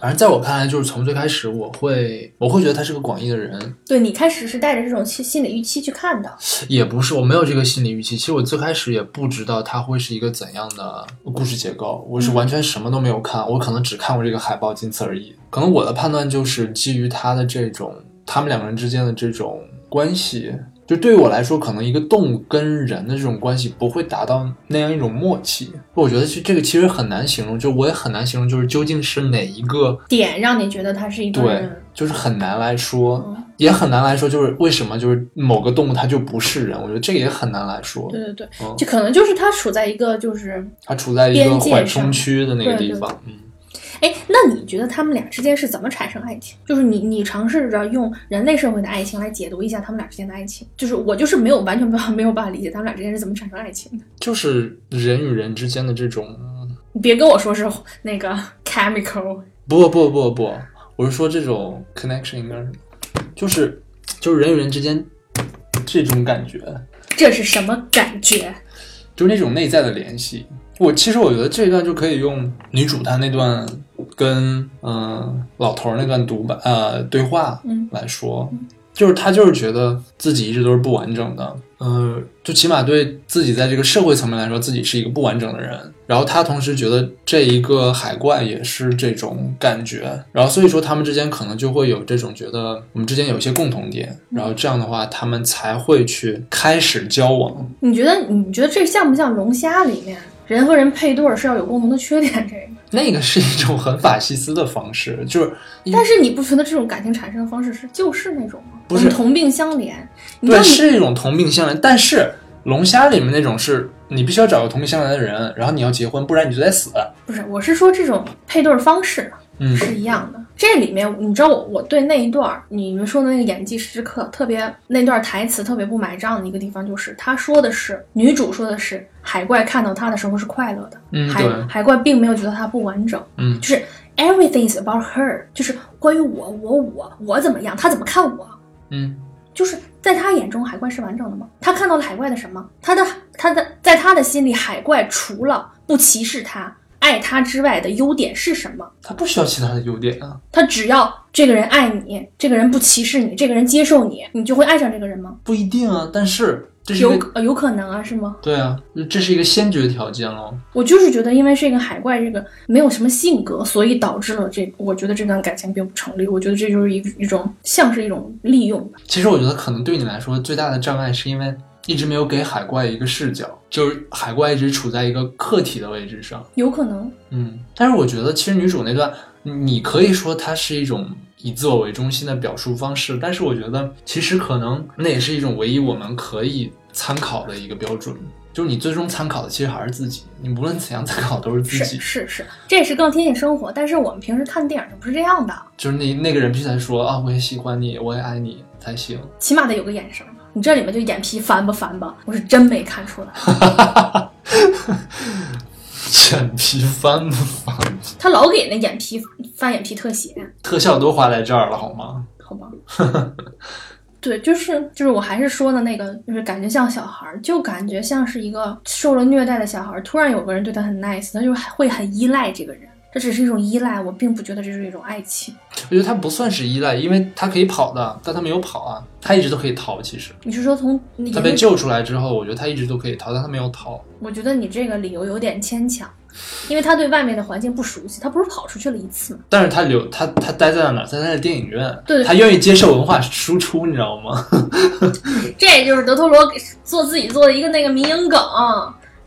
C: 反正在我看来，就是从最开始，我会我会觉得他是个广义的人，
A: 对你开始是带着这种心心理预期去看的，
C: 也不是，我没有这个心理预期。其实我最开始也不知道它会是一个怎样的故事结构，我是完全什么都没有看，我可能只看过这个海报，仅此而已。可能我的判断就是基于他的这种他们两个人之间的这种关系，就对于我来说，可能一个动物跟人的这种关系不会达到那样一种默契。我觉得这这个其实很难形容，就我也很难形容，就是究竟是哪一个
A: 点让你觉得他是一个
C: 对
A: 人。，
C: 就是很难来说。
A: 嗯
C: 也很难来说，就是为什么就是某个动物它就不是人，我觉得这个也很难来说。
A: 对对对，
C: 嗯
A: 就可能就是他处在一个就是，
C: 它处在一个
A: 边界
C: 缓
A: 上
C: 冲区的那个
A: 对
C: 地
A: 对
C: 方，嗯，
A: 哎，那你觉得他们俩之间是怎么产生爱情？就是你你尝试着用人类社会的爱情来解读一下他们俩之间的爱情，就是我就是没有完全没有没有办法理解他们俩之间是怎么产生爱情的。
C: 就是人与人之间的这种，
A: 你别跟我说是那个 chemical，
C: 不不不不，我是说这种 connection 应该是，就是就是人与人之间这种感觉，
A: 这是什么感觉？
C: 就是那种内在的联系。我其实我觉得这一段就可以用女主她那段跟嗯、呃老头儿那段独白呃对话
A: 嗯
C: 来说，就是她就是觉得自己一直都是不完整的，嗯、就起码对自己在这个社会层面来说，自己是一个不完整的人。然后她同时觉得这一个海怪也是这种感觉，然后所以说他们之间可能就会有这种觉得我们之间有一些共同点，然后这样的话他们才会去开始交往。
A: 你觉得你觉得这像不像龙虾里面人和人配对儿是要有共同的缺点这个？
C: 那个是一种很法西斯的方式， 就是
A: 但是你不觉得这种感情产生的方式是就是那种吗？
C: 不是
A: 我们同病相怜，你知道
C: 对，
A: 你
C: 是一种同病相怜。但是龙虾里面那种是你必须要找个同病相怜的人，然后你要结婚，不然你就得死。
A: 不是？我是说这种配对儿方式
C: 嗯
A: 是一样的。这里面你知道我我对那一段儿你们说的那个演技时刻特别那段台词特别不买账的一个地方，就是他说的是女主说的是海怪看到他的时候是快乐的，
C: 嗯，
A: 海
C: 对，
A: 海怪并没有觉得他不完整，
C: 嗯
A: 就是 everything is about her，就是关于我我我我怎么样，他怎么看我，
C: 嗯
A: 就是在他眼中，海怪是完整的吗？他看到了海怪的什么？他的他的在他的心里，海怪除了不歧视他、爱他之外的优点是什么？
C: 他不需要其他的优点啊。
A: 他只要这个人爱你，这个人不歧视你，这个人接受你，你就会爱上这个人吗？
C: 不一定啊，但是这是一
A: 有
C: 个
A: 可呃有可能啊，是吗？
C: 对啊，嗯这是一个先决条件哦喽。
A: 我就是觉得，因为这个海怪这个没有什么性格，所以导致了这，我觉得这段感情并不成立。我觉得这就是一一种像是一种利用吧。
C: 其实我觉得可能对你来说最大的障碍是因为一直没有给海怪一个视角，就是海怪一直处在一个客体的位置上。
A: 有可能，
C: 嗯，但是我觉得其实女主那段，你可以说它是一种以自我为中心的表述方式，但是我觉得其实可能那也是一种唯一我们可以参考的一个标准，就是你最终参考的其实还是自己，你无论怎样参考都是自
A: 是
C: 己。
A: 是是，这也是更贴近生活。但是我们平时看电影就不是这样的，
C: 就是那那个人必须得说啊，我也喜欢你，我也爱你 才行。
A: 起码得有个眼神儿吧。你这里面就眼皮翻吧翻吧，我是真没看出 来。
C: 眼皮翻不翻？
A: 他老给那眼皮翻眼皮特写，
C: 特效都花在这儿了好吗？
A: 好吧？ 对，就是就是，我还是说的那个，就是感觉像小孩儿，就感觉像是一个受了虐待的小孩儿，突然有个人对他很 nice，他就会很依赖这个人。这只是一种依赖，我并不觉得这是一种爱情。
C: 我觉得他不算是依赖，因为他可以跑的，但他没有跑啊，他一直都可以逃。其实
A: 你是说从你
C: 他被救出来之后，我觉得他一直都可以逃，但他没有逃。
A: 我觉得你这个理由有点牵强，因为他对外面的环境不熟悉，他不是跑出去了一次吗？
C: 但是他留他他待在了哪儿？他待在电影院，
A: 对
C: 他愿意接受文化输出，你知道吗？
A: 这就是德托罗给做自己做的一个那个民营梗，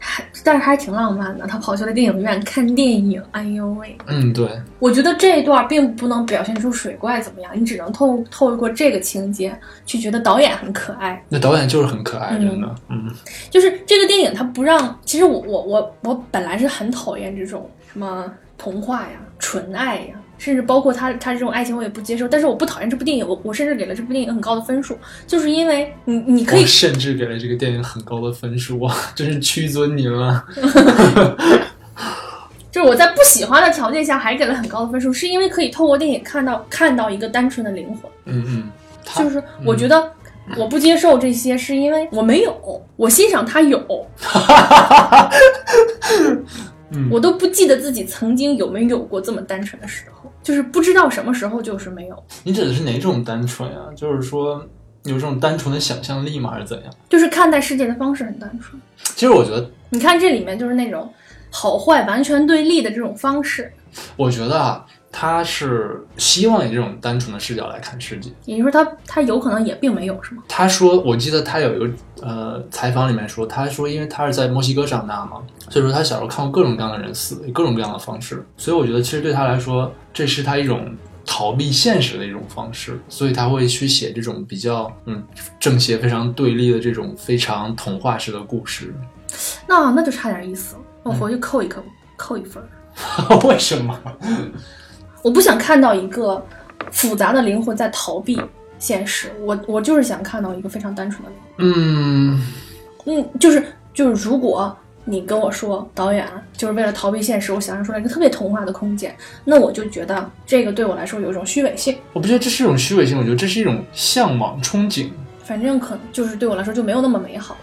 A: 还但是还挺浪漫的。他跑去了电影院看电影，哎呦喂！
C: 嗯，对，
A: 我觉得这一段并不能表现出水怪怎么样，你只能透透过这个情节去觉得导演很可爱。
C: 那导演就是很可爱，
A: 嗯
C: 真的，嗯，
A: 就是这个电影它不让，其实我我我我本来是很讨厌这种什么童话呀、纯爱呀，甚至包括他他这种爱情我也不接受，但是我不讨厌这部电影，我我甚至给了这部电影很高的分数，就是因为你你可以
C: 我甚至给了这个电影很高的分数， 哇，真是屈尊您了。
A: 就是我在不喜欢的条件下还给了很高的分数，是因为可以透过电影看到看到一个单纯的灵魂。
C: 嗯嗯，他
A: 就是我觉得我不接受这些，是因为我没有，我欣赏他有，
C: 嗯
A: 我都不记得自己曾经有没有过这么单纯的时候，就是不知道什么时候就是没有，
C: 你指的是哪种单纯啊？就是说有这种单纯的想象力吗？还是怎样？
A: 就是看待世界的方式很单纯。
C: 其实我觉得，
A: 你看这里面就是那种好坏完全对立的这种方式，
C: 我觉得啊，他是希望以这种单纯的视角来看世界。
A: 也就是说他他有可能也并没有，是吗？
C: 他说，我记得他有一个呃采访里面说，他说因为他是在墨西哥长大嘛，所以说他小时候看过各种各样的人死，各种各样的方式，所以我觉得其实对他来说，这是他一种逃避现实的一种方式，所以他会去写这种比较嗯正邪非常对立的这种非常童话式的故事。
A: 那那就差点意思了，
C: 嗯
A: 我回去扣一扣，扣一分儿。
C: 为什么？
A: 我不想看到一个复杂的灵魂在逃避现实，我我就是想看到一个非常单纯的灵
C: 嗯，
A: 魂。嗯，就是就是，如果你跟我说导演就是为了逃避现实，我想象出来一个特别童话的空间，那我就觉得这个对我来说有一种虚伪性，
C: 我不觉得这是一种虚伪性，我觉得这是一种向往、憧憬。
A: 反正可能就是对我来说就没有那么美好。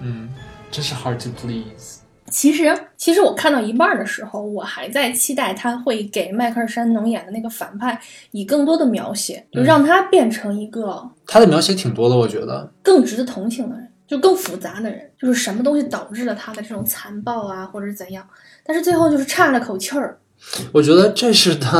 C: 嗯，真是 hard to please。
A: 其实，其实我看到一半儿的时候，我还在期待他会给迈克尔·山农演的那个反派以更多的描写，就
C: 嗯
A: 让他变成一个
C: 他的描写挺多的，我觉得。
A: 更值得同情的人，就更复杂的人，就是什么东西导致了他的这种残暴啊，或者是怎样。但是最后就是差了口气儿，
C: 我觉得这是他，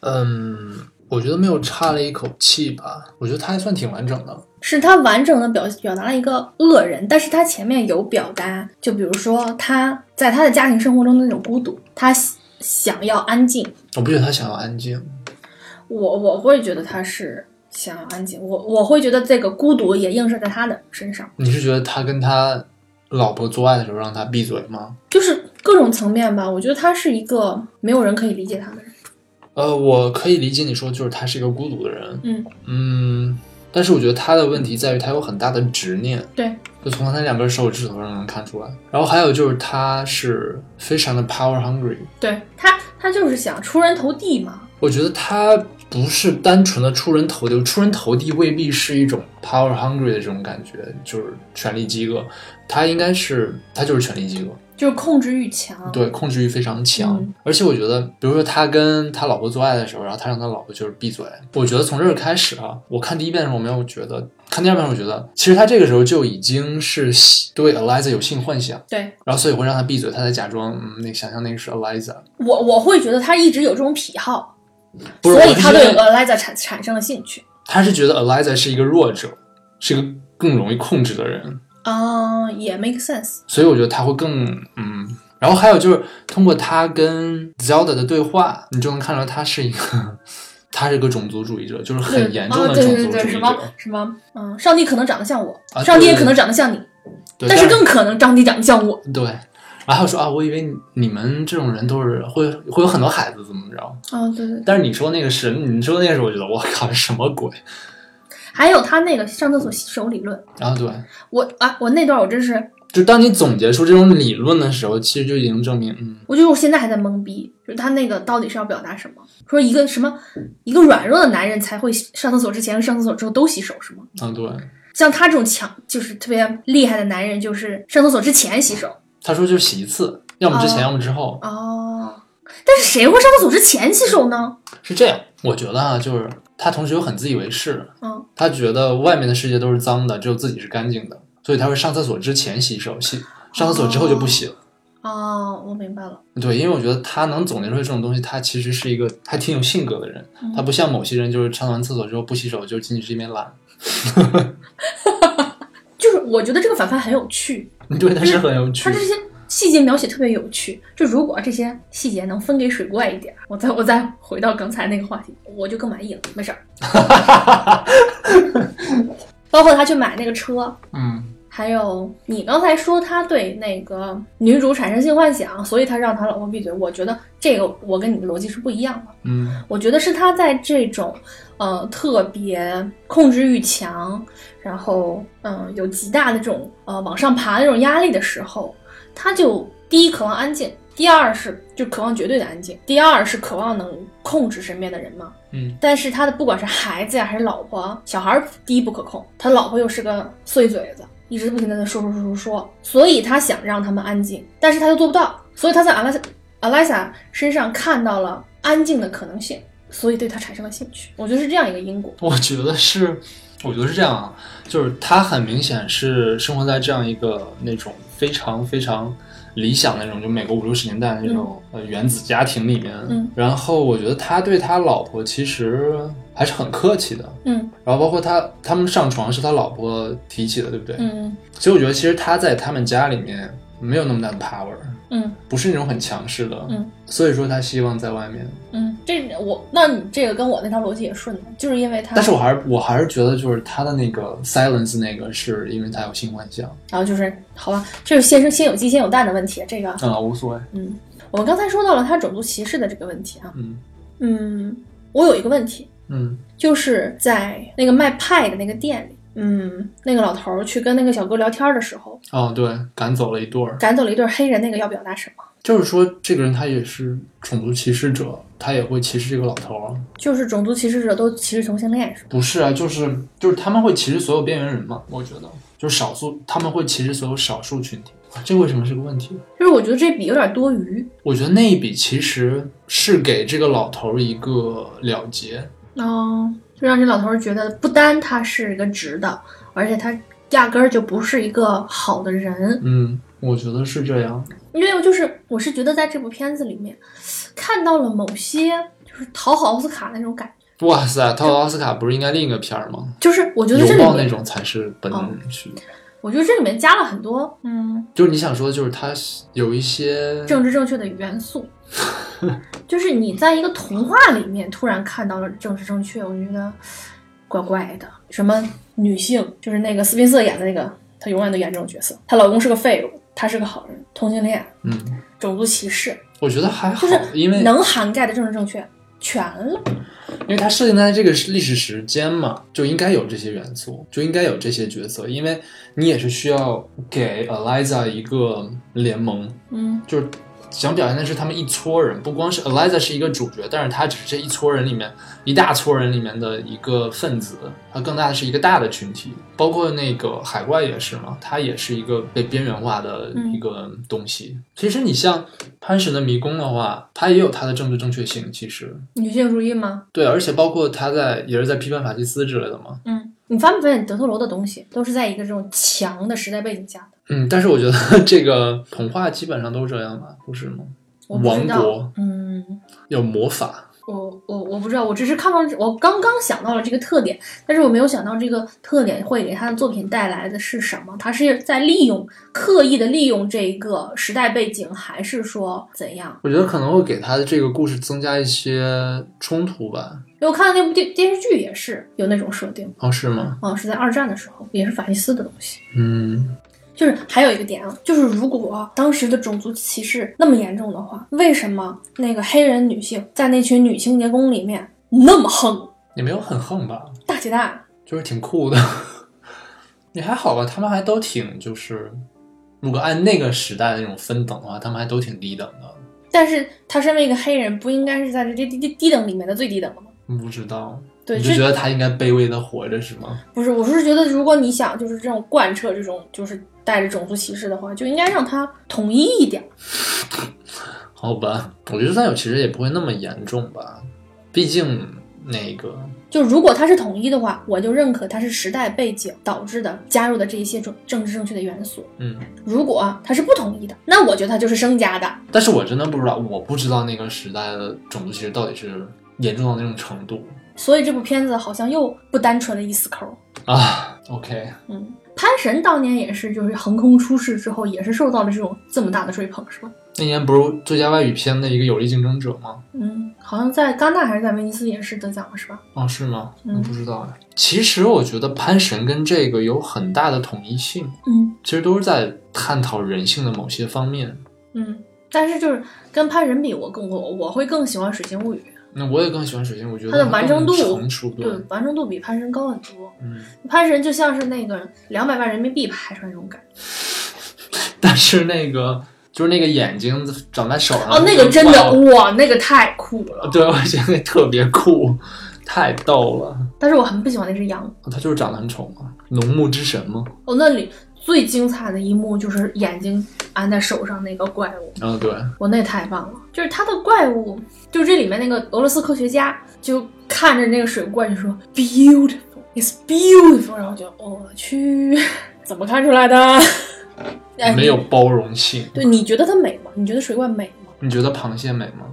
C: 嗯，我觉得没有差了一口气吧。我觉得他还算挺完整的。
A: 是他完整的表表达了一个恶人，但是他前面有表达，就比如说他在他的家庭生活中的那种孤独，他喜想要安静。
C: 我不觉得他想要安静，
A: 我我会觉得他是想要安静，我我会觉得这个孤独也映射在他的身上，
C: 你是觉得他跟他老婆做爱的时候让他闭嘴吗？
A: 就是各种层面吧。我觉得他是一个没有人可以理解他的人。
C: 呃，我可以理解你说，就是他是一个孤独的人，
A: 嗯
C: 嗯，但是我觉得他的问题在于他有很大的执念，
A: 对，
C: 就从他那两根手指头上能看出来。然后还有就是他是非常的 power hungry，
A: 对他他就是想出人头地嘛。
C: 我觉得他不是单纯的出人头地，出人头地未必是一种 power hungry 的这种感觉，就是权力饥饿，他应该是他就是权力饥饿，
A: 就是控制欲强。
C: 对，控制欲非常强。
A: 嗯
C: 而且我觉得，比如说他跟他老婆做爱的时候，然后他让他老婆就是闭嘴。我觉得从这儿开始啊，我看第一遍的时候我没有觉得，看第二遍的时候我觉得，其实他这个时候就已经是喜对 Eliza 有性幻想，
A: 对
C: 然后所以会让他闭嘴，他才假装嗯，那想象那个是 Eliza，
A: 我我会觉得他一直有这种癖好，
C: 不是，
A: 所以
C: 我是
A: 他
C: 觉
A: 对
C: 得
A: Eliza 产产生了兴趣。
C: 他是觉得 Eliza 是一个弱者，是一个更容易控制的人，
A: 啊、也 make sense。
C: 所以我觉得他会更嗯。然后还有就是通过他跟 Zelda 的对话，你就能看出来他是一个， 他是一个种族主义者，就是
A: 对
C: 很严重
A: 啊、
C: 的
A: 对
C: 种
A: 对
C: 族主
A: 对，
C: 义
A: 什
C: 者。
A: 么什么，嗯，上帝可能长得像我，
C: 啊
A: 上帝也
C: 对
A: 可能长得像你，
C: 对
A: 但是更可能上帝长得像我。
C: 对。然后还有说啊，我以为你们这种人都是会会有很多孩子怎么着？
A: 啊、对对。
C: 但是你说那个是，你说那个是，我觉得我靠什么鬼？
A: 还有他那个上厕所洗手理论，
C: 然后对，
A: 我啊，我那段我真是，
C: 就当你总结出这种理论的时候，其实就已经证明，嗯，
A: 我觉得我现在还在懵逼，就是他那个到底是要表达什么？说一个什么，一个软弱的男人才会上厕所之前、上厕所之后都洗手是吗？
C: 啊对。
A: 像他这种强，就是特别厉害的男人，就是上厕所之前洗手。
C: 他说就洗一次，要么之
A: 哦
C: 前，要么之后，
A: 哦，但是谁会上厕所之前洗手呢？
C: 是这样。我觉得啊，就是他同时又很自以为是，
A: 嗯，
C: 他觉得外面的世界都是脏的，只有自己是干净的，所以他会上厕所之前洗手，洗上厕所之后就不洗了。
A: 哦，我明白了。
C: 对，因为我觉得他能总结出来这种东西，他其实是一个还挺有性格的人，
A: 嗯
C: 他不像某些人，就是上完厕所之后不洗手就进去是因为懒。
A: 就是我觉得这个反派很有趣，
C: 对，他是很有趣
A: 嗯他这。些细节描写特别有趣。就如果这些细节能分给水怪一点儿，我再我再回到刚才那个话题，我就更满意了。没事儿，包括他去买那个车，
C: 嗯，
A: 还有你刚才说他对那个女主产生性幻想，所以他让他老婆闭嘴。我觉得这个我跟你的逻辑是不一样的。
C: 嗯，
A: 我觉得是他在这种呃特别控制欲强，然后嗯、呃有极大的这种呃往上爬的这种压力的时候，他就第一渴望安静，第二是就渴望绝对的安静，第二是渴望能控制身边的人嘛。
C: 嗯，
A: 但是他的不管是孩子呀还是老婆，小孩儿第一不可控，他老婆又是个碎嘴子，一直不停的在说说说说说，所以他想让他们安静，但是他又做不到，所以他在阿拉 a l i s a 身上看到了安静的可能性，所以对他产生了兴趣。我觉得是这样一个因果。
C: 我觉得是，我觉得是这样啊，就是他很明显是生活在这样一个那种非常非常理想的那种，就美国五六十年代那种、呃原子家庭里面。
A: 嗯
C: 然后我觉得他对他老婆其实还是很客气的，
A: 嗯
C: 然后包括他他们上床是他老婆提起的，对不对？
A: 嗯
C: 所以我觉得其实他在他们家里面没有那么大的 power，
A: 嗯
C: 不是那种很强势的。
A: 嗯
C: 所以说他希望在外面，
A: 嗯，这我那你这个跟我那条逻辑也顺了，就是因为他，
C: 但是我还是我还是觉得就是他的那个 silence 那个是因为他有性幻想。
A: 然后就是好吧，这是先生先有鸡先有蛋的问题。这个
C: 啊、无所谓。
A: 嗯，我们刚才说到了他种族歧视的这个问题啊，
C: 嗯
A: 嗯，我有一个问题，
C: 嗯
A: 就是在那个卖派的那个店里，嗯，那个老头儿去跟那个小哥聊天的时候，
C: 哦，对，赶走了一对儿，
A: 赶走了一对黑人，那个要表达什么？
C: 就是说这个人他也是种族歧视者，他也会歧视这个老头儿。
A: 就是种族歧视者都歧视同性恋是吧？
C: 不是啊，就是就是他们会歧视所有边缘人嘛，我觉得就是少数，他们会歧视所有少数群体，啊这为什么是个问题？
A: 就是我觉得这笔有点多余。
C: 我觉得那一笔其实是给这个老头儿一个了结，
A: 哦，就让这老头儿觉得，不单他是一个直的，而且他压根儿就不是一个好的人。
C: 嗯，我觉得是这样，
A: 因为我就是，我是觉得在这部片子里面，看到了某些就是讨好奥斯卡那种感觉，
C: 哇塞，他和奥斯卡不是应该另一个片儿吗？
A: 就是我觉得这
C: 邮
A: 里
C: 报那
A: 面，
C: 种才是本
A: 哦
C: 区，
A: 我觉得这里面加了很多嗯
C: 就是你想说的就是他有一些
A: 政治正确的元 素，就是你在一个童话里面突然看到了政治正确，我觉得怪怪的。什么女性，就是那个斯宾瑟演的那个，她永远都演这种角色。她老公是个废物，她是个好人，同性恋，
C: 嗯。
A: 种族歧视，
C: 我觉得还好
A: 就是，
C: 因为
A: 能涵盖的政治正确全了。
C: 因为它设定在这个历史时间嘛，就应该有这些元素，就应该有这些角色，因为你也是需要给 Eliza 一个联盟，
A: 嗯
C: 就是想表现的是他们一撮人，不光是 Eliza 是一个主角，但是她只是这一撮人里面一大撮人里面的一个分子，她更大的是一个大的群体，包括那个海怪也是嘛，它也是一个被边缘化的一个东西。其实你像《潘神的迷宫》的话，它也有它的政治正确性，其实
A: 女性主义吗？
C: 对，而且包括它在也是在批判法西斯之类的嘛。
A: 嗯，你发没发现德托罗的东西都是在一个这种强的时代背景下的？
C: 嗯，但是我觉得这个童话基本上都是这样吧，不是吗？
A: 我不知
C: 王
A: 道
C: 国，
A: 嗯，
C: 有魔法，
A: 我我我不知道，我只是看到我刚刚想到了这个特点，但是我没有想到这个特点会给他的作品带来的是什么。他是在利用刻意的利用这一个时代背景，还是说怎样？
C: 我觉得可能会给他的这个故事增加一些冲突吧。
A: 因为我看的那部电电视剧也是有那种设定，
C: 哦，是吗？
A: 啊，是在二战的时候，也是法西斯的东西。
C: 嗯，
A: 就是还有一个点啊，就是如果当时的种族歧视那么严重的话，为什么那个黑人女性在那群女清洁工里面那么横，
C: 也没有很横吧，
A: 大姐大？
C: 就是挺酷的。 也还好吧，他们还都挺就是，如果按那个时代的那种分等的话，他们还都挺低等的。
A: 但是她身为一个黑人，不应该是在这低低低低等里面的最低等的吗？
C: 不知道，
A: 对，
C: 你就觉
A: 这
C: 得他应该卑微的活着是吗？
A: 不是，我是觉得，如果你想就是这种贯彻这种就是带着种族歧视的话，就应该让它统一一点。
C: 好吧，我觉得三九其实也不会那么严重吧，毕竟那个
A: 就如果它是统一的话，我就认可它是时代背景导致的加入的这一些种政治正确的元素。
C: 嗯，
A: 如果它是不统一的，那我觉得它就是生加的。
C: 但是我真的不知道，我不知道那个时代的种族歧视到底是严重到那种程度
A: 所以这部片子好像又不单纯的一死抠。
C: 啊。OK，
A: 嗯，潘神当年也是，就是横空出世之后，也是受到了这种这么大的追捧，是吧？
C: 那年不是最佳外语片的一个有力竞争者吗？
A: 嗯，好像在戛纳还是在威尼斯也是得奖了，是吧？
C: 哦，是吗？
A: 嗯
C: 我不知道哎。其实我觉得《潘神》跟这个有很大的统一性，
A: 嗯
C: 其实都是在探讨人性的某些方面。
A: 嗯，但是就是跟潘神比，我更我我会更喜欢《水形物语
C: 那我也更喜欢水星，我觉得
A: 它的完
C: 更
A: 成度
C: 成熟》，对
A: 对，，完成度比潘神高很多。
C: 嗯。
A: 潘神就像是那个两百万人民币拍出来那种感觉。
C: 但是那个就是那个眼睛长在手上
A: 哦，那个真
C: 哇哦
A: 的哇，那个太酷了！
C: 对，我觉得那特别酷，太逗了。
A: 但是我很不喜欢那只羊。
C: 他就是长得很丑嘛，农牧之神嘛。
A: 哦，那里最精彩的一幕就是眼睛安在手上那个怪物。
C: 嗯，对，
A: 我那也太棒了！就是他的怪物，就这里面那个俄罗斯科学家就看着那个水怪就说 beautiful, it's beautiful，然后就哦我去， 怎么看出来的？哎
C: 没有包容性。
A: 对，你觉得它美吗？你觉得水怪美吗？
C: 你觉得螃蟹美吗？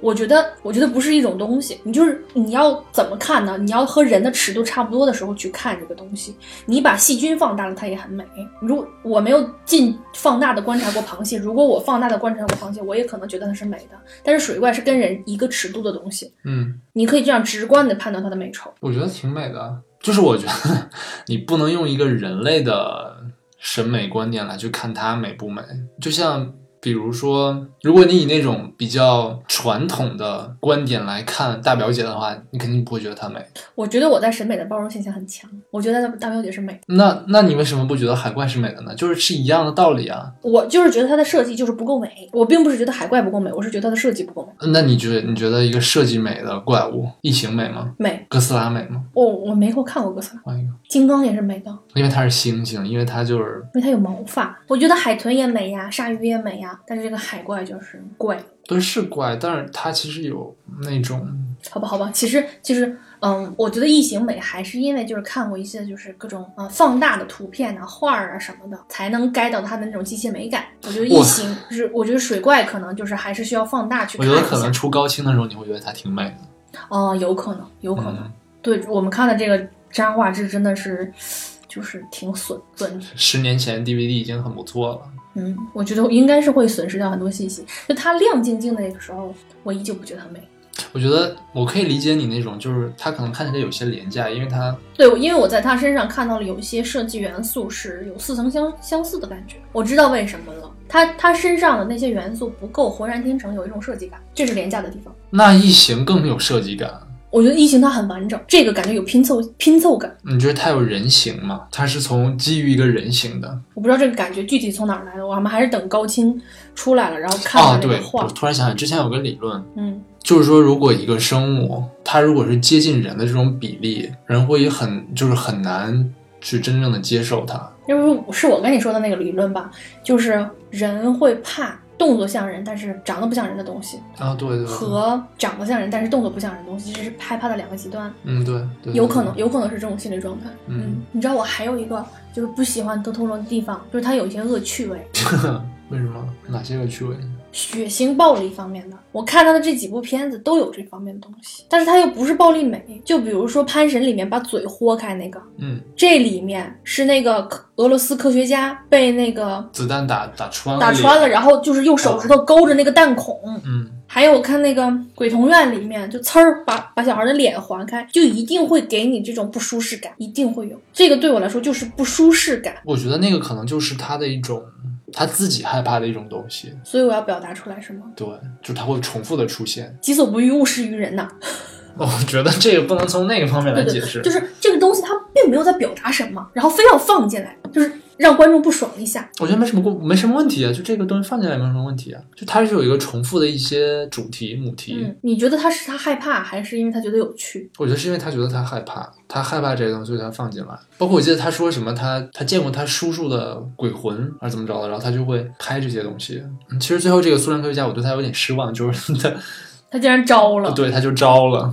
A: 我觉得，我觉得不是一种东西。你就是你要怎么看呢？你要和人的尺度差不多的时候去看这个东西。你把细菌放大了，它也很美。如果我没有进放大的观察过螃蟹，如果我放大的观察过螃蟹，我也可能觉得它是美的。但是水怪是跟人一个尺度的东西，
C: 嗯，
A: 你可以这样直观的判断它的美丑。
C: 我觉得挺美的。 就是我觉得你不能用一个人类的审美观念来去看它美不美。就像比如说，如果你以那种比较传统的观点来看大表姐的话，你肯定不会觉得她美。
A: 我觉得我在审美的包容性下很强，我觉得大表姐是美的。
C: 那那你为什么不觉得海怪是美的呢？就是是一样的道理啊。
A: 我就是觉得它的设计就是不够美。我并不是觉得海怪不够美，我是觉得它的设计不够美。
C: 那你觉得你觉得一个设计美的怪物异形美吗？
A: 美，
C: 哥斯拉美吗？
A: 我我没有看过哥斯拉，
C: 换一个，
A: 金刚也是美的。
C: 因为它是猩猩，因为它就是
A: 因为它有毛发。我觉得海豚也美呀，鲨鱼也美呀，但是这个海怪就是怪，
C: 对是怪，但是它其实有那种
A: 好吧，好吧。其实其实，嗯，我觉得异形美还是因为就是看过一些就是各种呃放大的图片啊、画儿啊什么的，才能 get 到它的那种机械美感。我觉得异
C: 哇
A: 形就是，我觉得水怪可能就是还是需要放大去
C: 我
A: 看一
C: 觉
A: 下。
C: 得可能出高清的时候你会觉得它挺美的。
A: 哦、有可能，有可能。
C: 嗯，
A: 对我们看的这个扎画质真的是。就是挺损损
C: 十年前 DVD 已经很不错了。
A: 嗯，我觉得我应该是会损失掉很多信息。就它亮晶晶的那个时候，我依旧不觉得它美。
C: 我觉得我可以理解你那种，就是它可能看起来有些廉价，因为它
A: 对，我因为我在他身上看到了有一些设计元素是有似曾相相似的感觉，我知道为什么了。他他身上的那些元素不够浑然天成，有一种设计感，这是廉价的地方。
C: 那异形更有设计感。
A: 我觉得《异形》它很完整，这个感觉有拼凑拼凑感。
C: 你觉得它有人形吗？它是从基于一个人形的
A: 我不知道这个感觉具体从哪儿来的，我们还是等高清出来了，然后看
C: 啊？
A: 看那
C: 对
A: 个，画。
C: 我突然想起来，之前有个理论，
A: 嗯
C: 就是说，如果一个生物它如果是接近人的这种比例，人会很就是很难去真正的接受它。
A: 要不是我跟你说的那个理论吧，就是人会怕动作像人但是长得不像人的东西，
C: 啊，对对对，
A: 和长得像人但是动作不像人的东西，这是害怕的两个极端，
C: 嗯对对，对
A: 有可能有可能是这种心理状态。
C: 嗯，
A: 你知道我还有一个就是不喜欢德托罗的地方，就是他有一些恶趣味，
C: 为什么哪些有趣味？
A: 血腥暴力方面的，我看他的这几部片子都有这方面的东西，但是他又不是暴力美，就比如说《潘神》里面把嘴豁开那个，
C: 嗯，
A: 这里面是那个科俄罗斯科学家被那个
C: 子弹打打穿
A: 打穿了，
C: 后
A: 然后就是用手指头勾着那个弹孔。
C: 嗯
A: 还有我看那个《鬼童院》里面，就呲儿把把小孩的脸划开，就一定会给你这种不舒适感，一定会有。这个对我来说就是不舒适感，
C: 我觉得那个可能就是他的一种他自己害怕的一种东西，
A: 所以我要表达出来是吗？
C: 对，就他会重复的出现。
A: 己所不欲，勿施于人呐、
C: 我觉得这个不能从那个方面来
A: 对
C: 啊解
A: 对，
C: 释，
A: 就是这个东西它并没有在表达什么，然后非要放进来，就是让观众不爽一下。
C: 我觉得没什么过，没什么问题啊，就这个东西放进来没什么问题啊，就它是有一个重复的一些主题母题，
A: 嗯，你觉得他是他害怕，还是因为他觉得有趣？
C: 我觉得是因为他觉得他害怕，他害怕这个东西，所以他放进来。包括我记得他说什么，他他见过他叔叔的鬼魂还是怎么着的，然后他就会拍这些东西。嗯其实最后这个苏联科学家，我对他有点失望，就是他
A: 他竟然招了。
C: 啊对他就招了。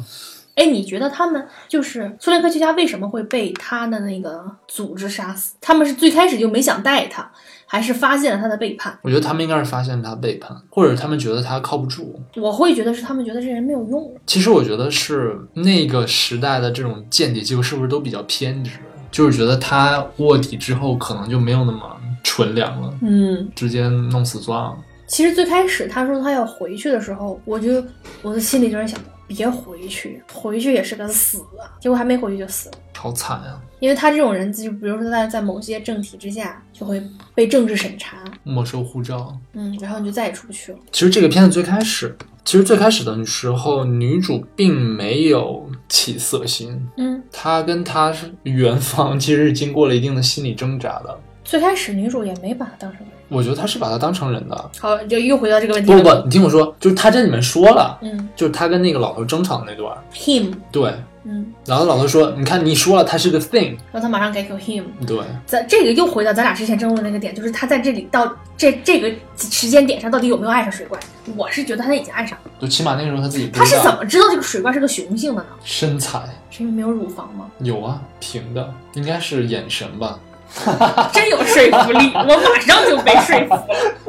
A: 哎，你觉得他们就是苏联科学家为什么会被他的那个组织杀死？他们是最开始就没想带他，还是发现了他的背叛？
C: 我觉得他们应该是发现他背叛，或者他们觉得他靠不住。
A: 我会觉得是他们觉得这人没有用了。
C: 其实我觉得是那个时代的这种间谍机构是不是都比较偏执，就是觉得他卧底之后可能就没有那么纯良了，
A: 嗯，
C: 直接弄死啊算了。
A: 其实最开始他说他要回去的时候，我就我的心里就是想，别回去，回去也是个死啊。结果还没回去就死了。
C: 好惨啊呀、
A: 因为他这种人，就比如说在在某些政体之下，就会被政治审查，
C: 没收护照。
A: 嗯，然后你就再也出不去了。
C: 其实这个片子最开始，其实最开始的时候，女主并没有起色心，
A: 嗯，
C: 她跟她是元芳其实是经过了一定的心理挣扎的。
A: 最开始女主也没把他当成人。
C: 我觉得她是把她当成人的。
A: 好，就又回到这个问题
C: 不
A: 了。
C: 不不，你听我说，就是她这里面说了，
A: 嗯
C: 就是她跟那个老头争吵的那段儿，
A: ，him，
C: 对。
A: 嗯，
C: 然后老头说：“你看，你说了，他是个 thing。
A: 然后他马上改口 him。”
C: 对，
A: 咱这个又回到咱俩之前争论的那个点，就是他在这里到这这个时间点上到底有没有爱上水怪？我是觉得他已经爱上了。
C: 就起码那个时候他自己不
A: 他
C: 知
A: 是怎
C: 道
A: 么知道这个水怪是个雄性的呢？
C: 身材
A: 是因为没有乳房吗？
C: 有啊，平的，应该是眼神吧。
A: 真有说服力，我马上就被说服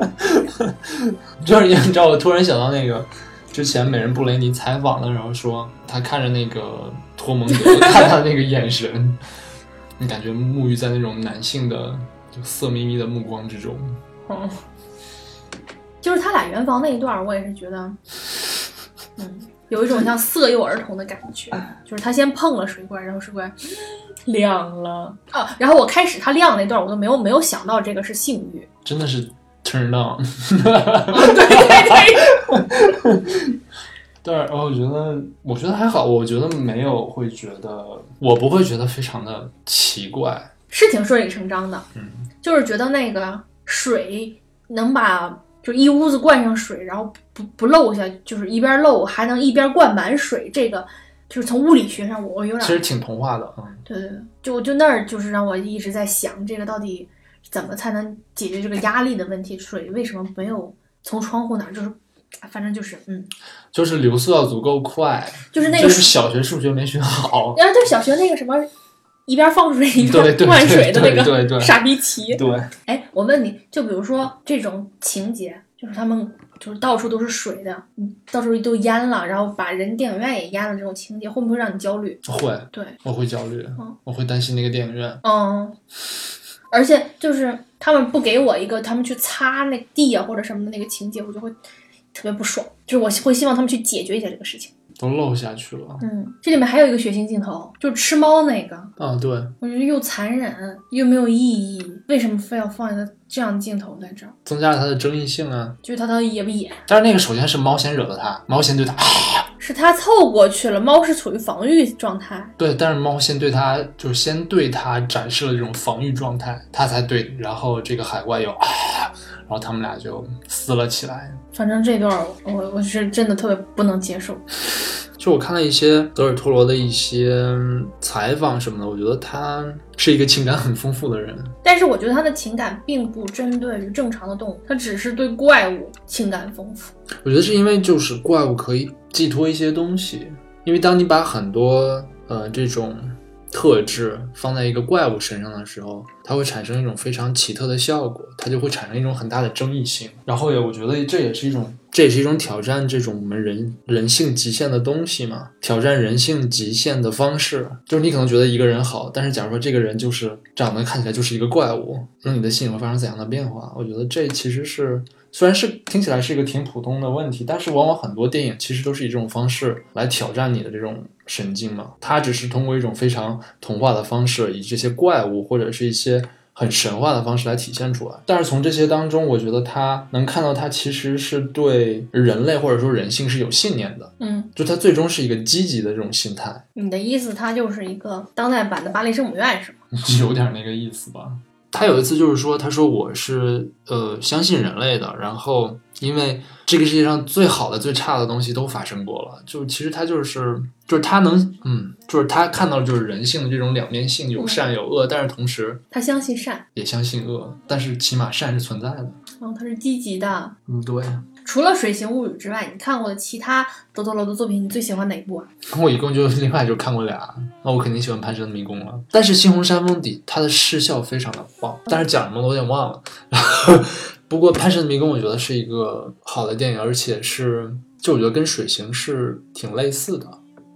A: 了。
C: 就是你知道，我突然想到那个之前美人布雷尼采访的时候说，他看着那个托蒙德， 看他那个眼神，你感觉沐浴在那种男性的就色眯眯的目光之中。
A: 嗯， 就是他俩圆房那一段儿，我也是觉得，嗯，有一种像色诱儿童的感觉，就是他先碰了水怪，然后水怪亮了啊，然后我开始他亮那段儿，我都没有没有想到这个是性欲，
C: 真的是 turn on，
A: 对对对，
C: 但是哦我觉得，我觉得还好，我觉得没有会觉得，我不会觉得非常的奇怪。
A: 是挺顺理成章的，
C: 嗯，
A: 就是觉得那个水能把。就一屋子灌上水，然后不不漏下，就是一边漏还能一边灌满水，这个就是从物理学上我我有点
C: 其实挺童话的，嗯，
A: 对对，对，就就那儿就是让我一直在想，这个到底怎么才能解决这个压力的问题？水为什么没有从窗户那儿？就是，反正就是，嗯，
C: 就是流速要足够快，
A: 就是那个
C: 就是小学数学没学好，
A: 然后对小学那个什么，一边放水一
C: 嗯对
A: 边
C: 对
A: 灌
C: 对
A: 水的那
C: 对
A: 个
C: 对对
A: 傻逼棋。
C: 对，
A: 哎，我问你，就比如说这种情节，就是他们就是到处都是水的，嗯到处都淹了，然后把人电影院也淹了，这种情节会不会让你焦虑？
C: 会，
A: 对，
C: 我会焦虑
A: 嗯，
C: 我会担心那个电影院。
A: 嗯，而且就是他们不给我一个他们去擦那地啊或者什么的那个情节，我就会特别不爽。就是我会希望他们去解决一下这个事情。
C: 都漏下去了。
A: 嗯，这里面还有一个血腥镜头，就是吃猫那个，
C: 啊，对，
A: 我觉得又残忍又没有意义，为什么非要放一个这样的镜头在这儿？
C: 增加了它的争议性啊。
A: 就是他到底野不野？
C: 但是那个首先是猫先惹的它，猫先对它，啊
A: 是是他凑过去了，猫是处于防御状态。
C: 对，但是猫先对它，就是先对它展示了这种防御状态，它才对。然后这个海怪又啊，然后他们俩就撕了起来。
A: 反正这段儿我我是真的特别不能接受。
C: 就我看了一些德尔托罗的一些采访什么的，我觉得他是一个情感很丰富的人。
A: 但是我觉得他的情感并不针对于正常的动物，他只是对怪物情感丰富。
C: 我觉得是因为就是怪物可以寄托一些东西，因为当你把很多呃这种特质放在一个怪物身上的时候，它会产生一种非常奇特的效果，它就会产生一种很大的争议性。然后也我觉得这也是一种这也是一种挑战这种我们人人性极限的东西嘛，挑战人性极限的方式，就是你可能觉得一个人好，但是假如说这个人就是长得看起来就是一个怪物，那你的心里会发生怎样的变化？我觉得这其实是。虽然是听起来是一个挺普通的问题，但是往往很多电影其实都是以这种方式来挑战你的这种神经嘛。它只是通过一种非常童话的方式，以这些怪物或者是一些很神话的方式来体现出来。但是从这些当中，我觉得它能看到它其实是对人类或者说人性是有信念的，
A: 嗯，
C: 就它最终是一个积极的这种心态，
A: 你的意思他就是一个当代版的巴黎圣母院是吗？
C: 有点那个意思吧。他有一次就是说，他说我是呃相信人类的，然后因为这个世界上最好的、最差的东西都发生过了，就其实他就是就是他能嗯，就是他看到就是人性的这种两面性，有善有恶，但是同时
A: 他相信善，
C: 也相信恶，但是起码善是存在的。
A: 然后他是积极的。
C: 嗯，对，
A: 除了《水形物语》之外，你看过的其他德多罗的作品，你最喜欢哪一部啊？
C: 我一共就另外就看过俩，那我肯定喜欢《潘神的迷宫》了。但是《猩红山峰底》它的视效非常的棒，但是讲什么的我有点忘了。 然后，不过《潘神的迷宫》我觉得是一个好的电影，而且是就我觉得跟《水形》是挺类似的，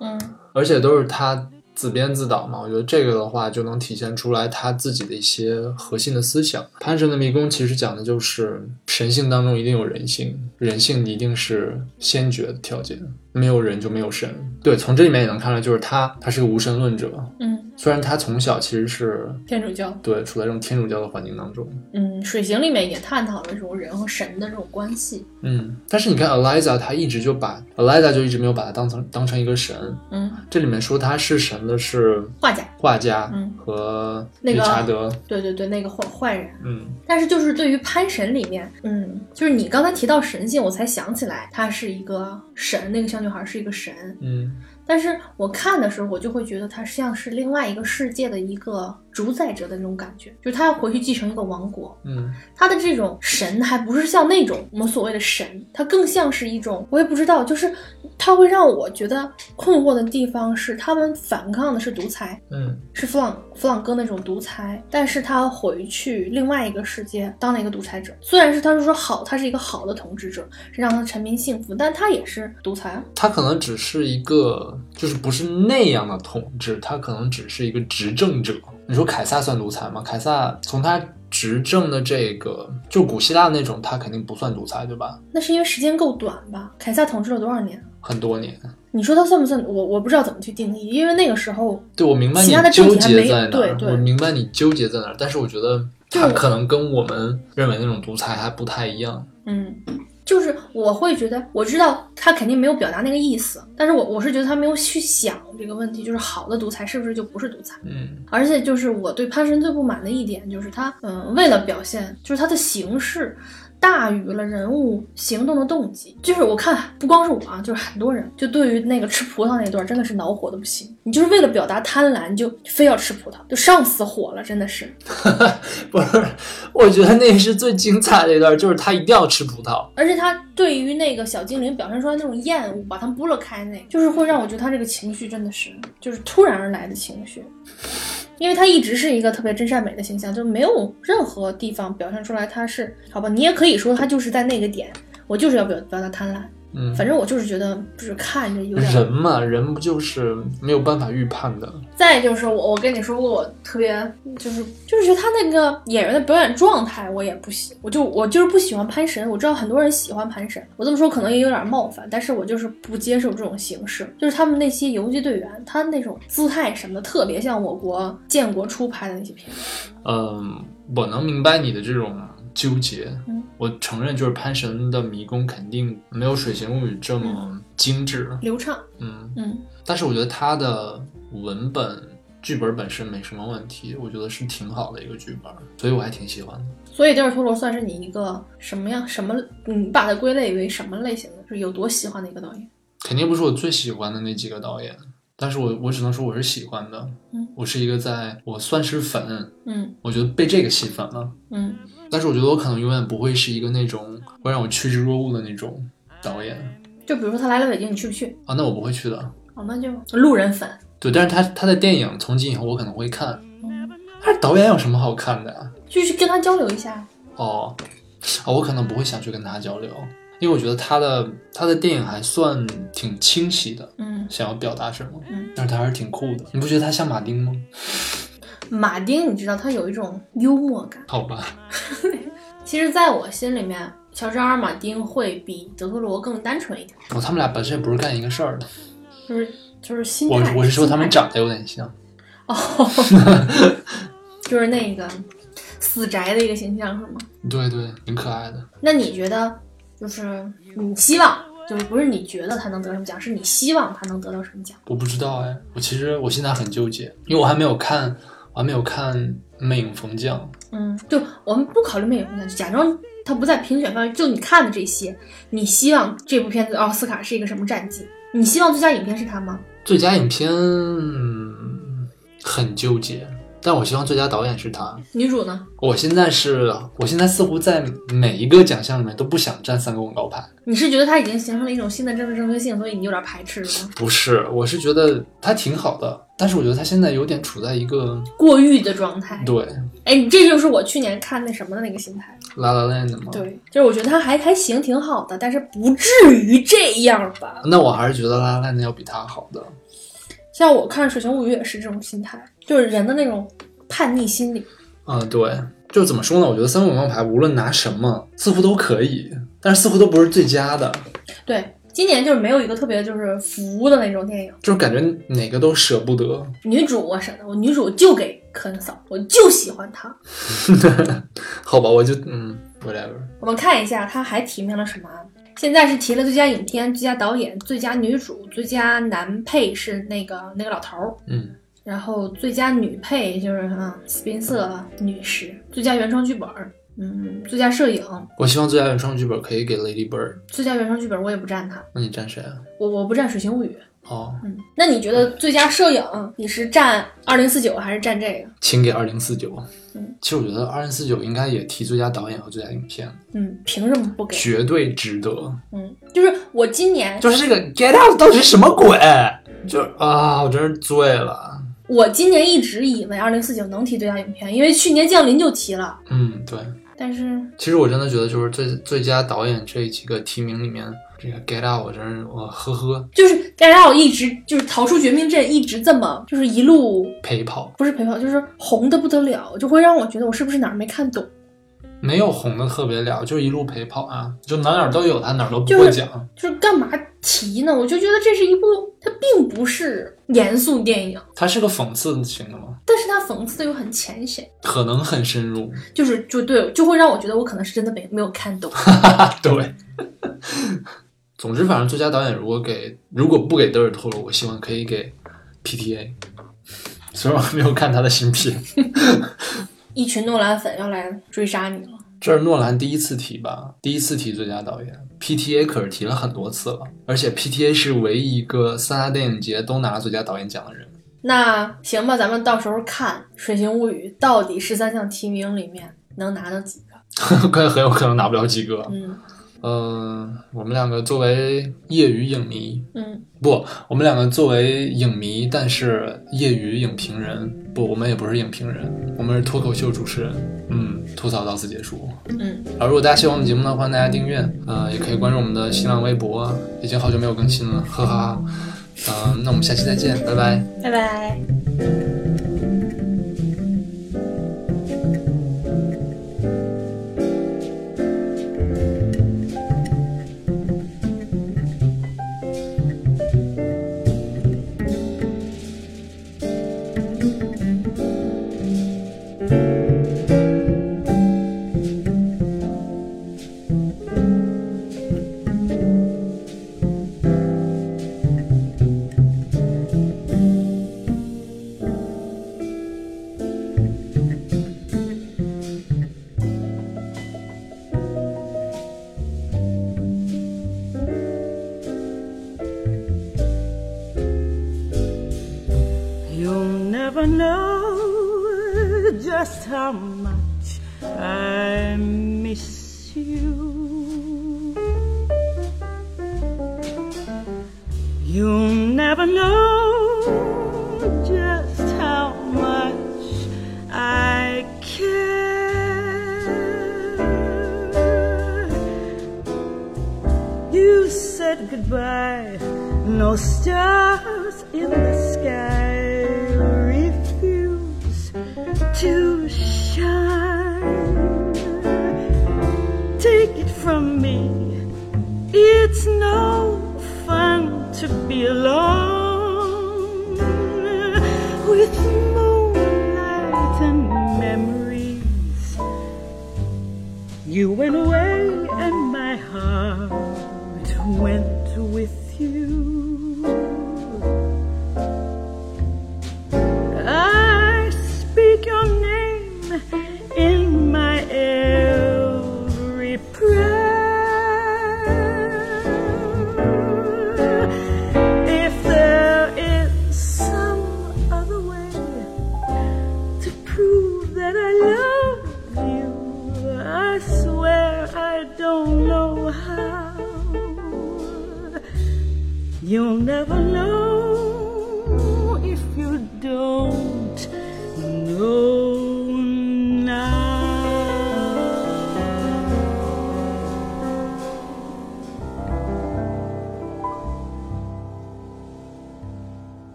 A: 嗯，
C: 而且都是他自编自导嘛。我觉得这个的话就能体现出来他自己的一些核心的思想。《潘神的迷宫》其实讲的就是神性当中一定有人性，人性一定是先决的条件。没有人就没有神，对，从这里面也能看出来，就是他，他是个无神论者。
A: 嗯，
C: 虽然他从小其实是
A: 天主教。
C: 对处在这种天主教的环境当中，
A: 嗯，《水形》里面也探讨了这种人和神的这种关系。
C: 嗯，但是你看 Eliza，他一直就把 Eliza 就一直没有把他当成当成一个神。
A: 嗯，
C: 这里面说他是神的是
A: 画家，
C: 画家
A: 嗯
C: 和
A: 那
C: 理
A: 个
C: 查德，
A: 对对对，那个坏坏人。
C: 嗯，
A: 但是就是对于潘神里面，嗯，就是你刚才提到神性，我才想起来她是一个神，那个小女孩是一个神。
C: 嗯，
A: 但是我看的时候，我就会觉得她像是另外一个世界的一个主宰者的那种感觉，就是她要回去继承一个王国。
C: 嗯，
A: 她的这种神还不是像那种我们所谓的神，它更像是一种我也不知道，就是它会让我觉得困惑的地方是，他们反抗的是独裁，
C: 嗯，
A: 是弗朗弗朗哥那种独裁，但是他回去另外一个世界当了一个独裁者。虽然是他是说好，他是一个好的统治者，是让他臣民幸福，但他也是独裁。啊
C: 他可能只是一个，就是不是那样的统治，他可能只是一个执政者。你说凯撒算独裁吗？凯撒从他执政的这个，就古希腊那种，他肯定不算独裁，对吧？
A: 那是因为时间够短吧？凯撒统治了多少年？啊
C: 很多年，
A: 你说他算不算？我我不知道怎么去定义，因为那个时候
C: 对我明白
A: 其
C: 你
A: 他的政
C: 纠
A: 体还
C: 结
A: 没
C: 在哪
A: 对
C: 儿，
A: 对
C: 我明白你纠结在哪儿，但是我觉得
A: 就
C: 他
A: 我
C: 可能跟我们认为那种独裁还不太一样。
A: 嗯，就是我会觉得，我知道他肯定没有表达那个意思，但是我我是觉得他没有去想这个问题，就是好的独裁是不是就不是独裁？
C: 嗯
A: 而且就是我对潘神最不满的一点就是他，嗯，为了表现，就是他的形式大于了人物行动的动机。就是我看不光是我啊，就是很多人就对于那个吃葡萄那段真的是恼火的不行。你就是为了表达贪婪，你就非要吃葡萄，就上死火了，真的是。
C: 不是，我觉得那是最精彩的一段，就是他一定要吃葡萄。
A: 而且他对于那个小精灵表现出来那种厌恶，把他们拨了开那，就是会让我觉得他这个情绪真的是就是突然而来的情绪，因为他一直是一个特别真善美的形象，就没有任何地方表现出来他是好吧？你也可以说他就是在那个点，我就是要表表达贪婪，
C: 嗯，
A: 反正我就是觉得就是看着有
C: 人
A: 点。
C: 嘛，人不就是没有办法预判的？
A: 再就是我我跟你说过，我特别就是就是觉得他那个演员的表演状态我也不喜，我就我就是不喜欢潘神。我知道很多人喜欢潘神，我这么说可能也有点冒犯，但是我就是不接受这种形式。就是他们那些游击队员，他那种姿态什么的，特别像我国建国初拍的那些片。
C: 嗯，我能明白你的这种纠结。
A: 嗯
C: 我承认，就是潘神的迷宫肯定没有《水形物语》这么精致。
A: 流畅，
C: 嗯，
A: 嗯
C: 但是我觉得它的文本。剧本本身没什么问题，我觉得是挺好的一个剧本，所以我还挺喜欢的。
A: 所以《第二陀螺》算是你一个什么样什么？你把它归类为什么类型的？是有多喜欢的一个导演？
C: 肯定不是我最喜欢的那几个导演，但是我我只能说我是喜欢的。
A: 嗯
C: 我是一个在我算是粉，
A: 嗯
C: 我觉得被这个吸粉了。
A: 嗯
C: 但是我觉得我可能永远不会是一个那种会让我趋之若鹜的那种导演
A: 就比如说他来了北京，你去不去？
C: 啊，那我不会去的。
A: 哦，那就路人粉。
C: 对，但是他他的电影从今以后我可能会看，
A: 嗯
C: 但是导演有什么好看的呀、
A: 就是跟他交流一下。
C: 哦，啊，我可能不会想去跟他交流，因为我觉得他的他的电影还算挺清晰的，
A: 嗯，
C: 想要表达什么
A: 嗯，
C: 但是他还是挺酷的。你不觉得他像马丁吗？
A: 马丁，你知道他有一种幽默感。
C: 好吧，
A: 其实，在我心里面，乔治阿尔马丁会比德特罗更单纯一点，
C: 哦，他们俩本身也不是干一个事儿的，
A: 就是就是心态。
C: 我我是说他们
A: 心态
C: 长得有点像。
A: 就是那个死宅的一个形象，是吗？
C: 对对，挺可爱的。
A: 那你觉得，就是你希望，就是不是你觉得他能得什么奖，是你希望他能得到什么奖？
C: 我不知道哎，我其实我现在很纠结，因为我还没有看，我还没有看《魅影逢将
A: 嗯，就我们不考虑美国奖，就假装他不在评选范围，就你看的这些，你希望这部片子奥斯卡是一个什么战绩？你希望最佳影片是他吗？》
C: 最佳影片，嗯很纠结。但我希望最佳导演是他。
A: 女主呢？
C: 我现在是，我现在似乎在每一个奖项里面都不想占三个广告牌。
A: 你是觉得它已经形成了一种新的政治正确性，所以你有点排斥了吗？
C: 不是，我是觉得他挺好的，但是我觉得他现在有点处在一个
A: 过誉的状态。
C: 对
A: 哎，你这就是我去年看那什么的那个心态。
C: La La Land 嘛。
A: 对，就是我觉得它还还行，挺好的，但是不至于这样吧。
C: 那我还是觉得《La La Land》要比他好的。
A: 像我看《水形物语》也是这种心态，就是人的那种叛逆心理。
C: 嗯，对，就怎么说呢？我觉得三个广告牌无论拿什么，似乎都可以，但是似乎都不是最佳的，
A: 对，今年就是没有一个特别就是服的那种电影。
C: 就是感觉哪个都舍不得。
A: 女主啊我舍得，我女主就给科恩嫂，我就喜欢她。
C: 好吧，我就嗯，whatever。
A: 我们看一下他还提名了什么啊。现在是提了最佳影片、最佳导演、最佳女主、最佳男配是那个那个老头儿，
C: 嗯，
A: 然后最佳女配就是啊斯宾瑟女士，最佳原创剧本儿，嗯，最佳摄影，
C: 我希望最佳原创剧本可以给 Lady Bird。
A: 最佳原创剧本我也不占他，
C: 那你占谁啊？
A: 我我不占《水形物语》。
C: 哦，
A: 嗯，那你觉得最佳摄影你是占二零四九还是占这个？
C: 请给二零四九
A: 嗯。
C: 其实我觉得二零四九应该也提最佳导演和最佳影片，
A: 嗯，凭什么不给？
C: 绝对值得。
A: 嗯，就是我今年
C: 就是这个 Get Out 到底是什么鬼？就是啊，我真是醉了。
A: 我今年一直以为二零四九能提最佳影片，因为去年降临就提了。
C: 嗯，对。
A: 但是
C: 其实我真的觉得，就是最最佳导演这几个提名里面，这个 Get Out 我真是我呵呵
A: 就是大家我一直就是逃出绝命镇，一直这么就是一路
C: 陪跑，
A: 不是陪跑，就是红的不得了，就会让我觉得我是不是哪儿没看懂？
C: 没有红的特别了，就是一路陪跑啊，就哪哪都有他，哪儿都不
A: 就是
C: 会讲。
A: 就是干嘛提呢？我就觉得这是一部它并不是严肃电影，
C: 他是个讽刺型的嘛，
A: 但是它讽刺的又很浅显，
C: 可能很深入。
A: 就是就对，就会让我觉得我可能是真的没没有看懂。
C: 对。 总之，反正最佳导演如果给如果不给德尔托罗，我希望可以给 PTA。虽然我没有看他的新片，
A: 一群诺兰粉要来追杀你了，
C: 这是诺兰第一次提吧，第一次提最佳导演，PTA 可是提了很多次了，而且 PTA 是唯一一个三大电影节都拿了最佳导演奖的人。
A: 那行吧，咱们到时候看《水形物语》到底十三项提名里面能拿到几个？
C: 可很有可能拿不了几个。
A: 嗯
C: 嗯、我们两个作为业余影迷，
A: 嗯，
C: 不，我们两个作为影迷，但是业余影评人，不，我们也不是影评人，我们是脱口秀主持人。嗯，吐槽到此结束。
A: 嗯，
C: 好，啊如果大家喜欢我们节目呢，欢迎大家订阅，呃，也可以关注我们的新浪微博，已经好久没有更新了，哈哈。嗯、那我们下期再见，拜拜。
A: 拜拜。
B: never know just how much I miss you. You'll never know just how much I care. You said goodbye, no stars in the sky refuse to shine. Take it from me, it's no fun to be alone with moonlight and memories. You went away and my heart went with you. I speak your name in my every prayer. If there is some other way, to prove that I love you. I swear I don't know how. You'll never know if you don't know.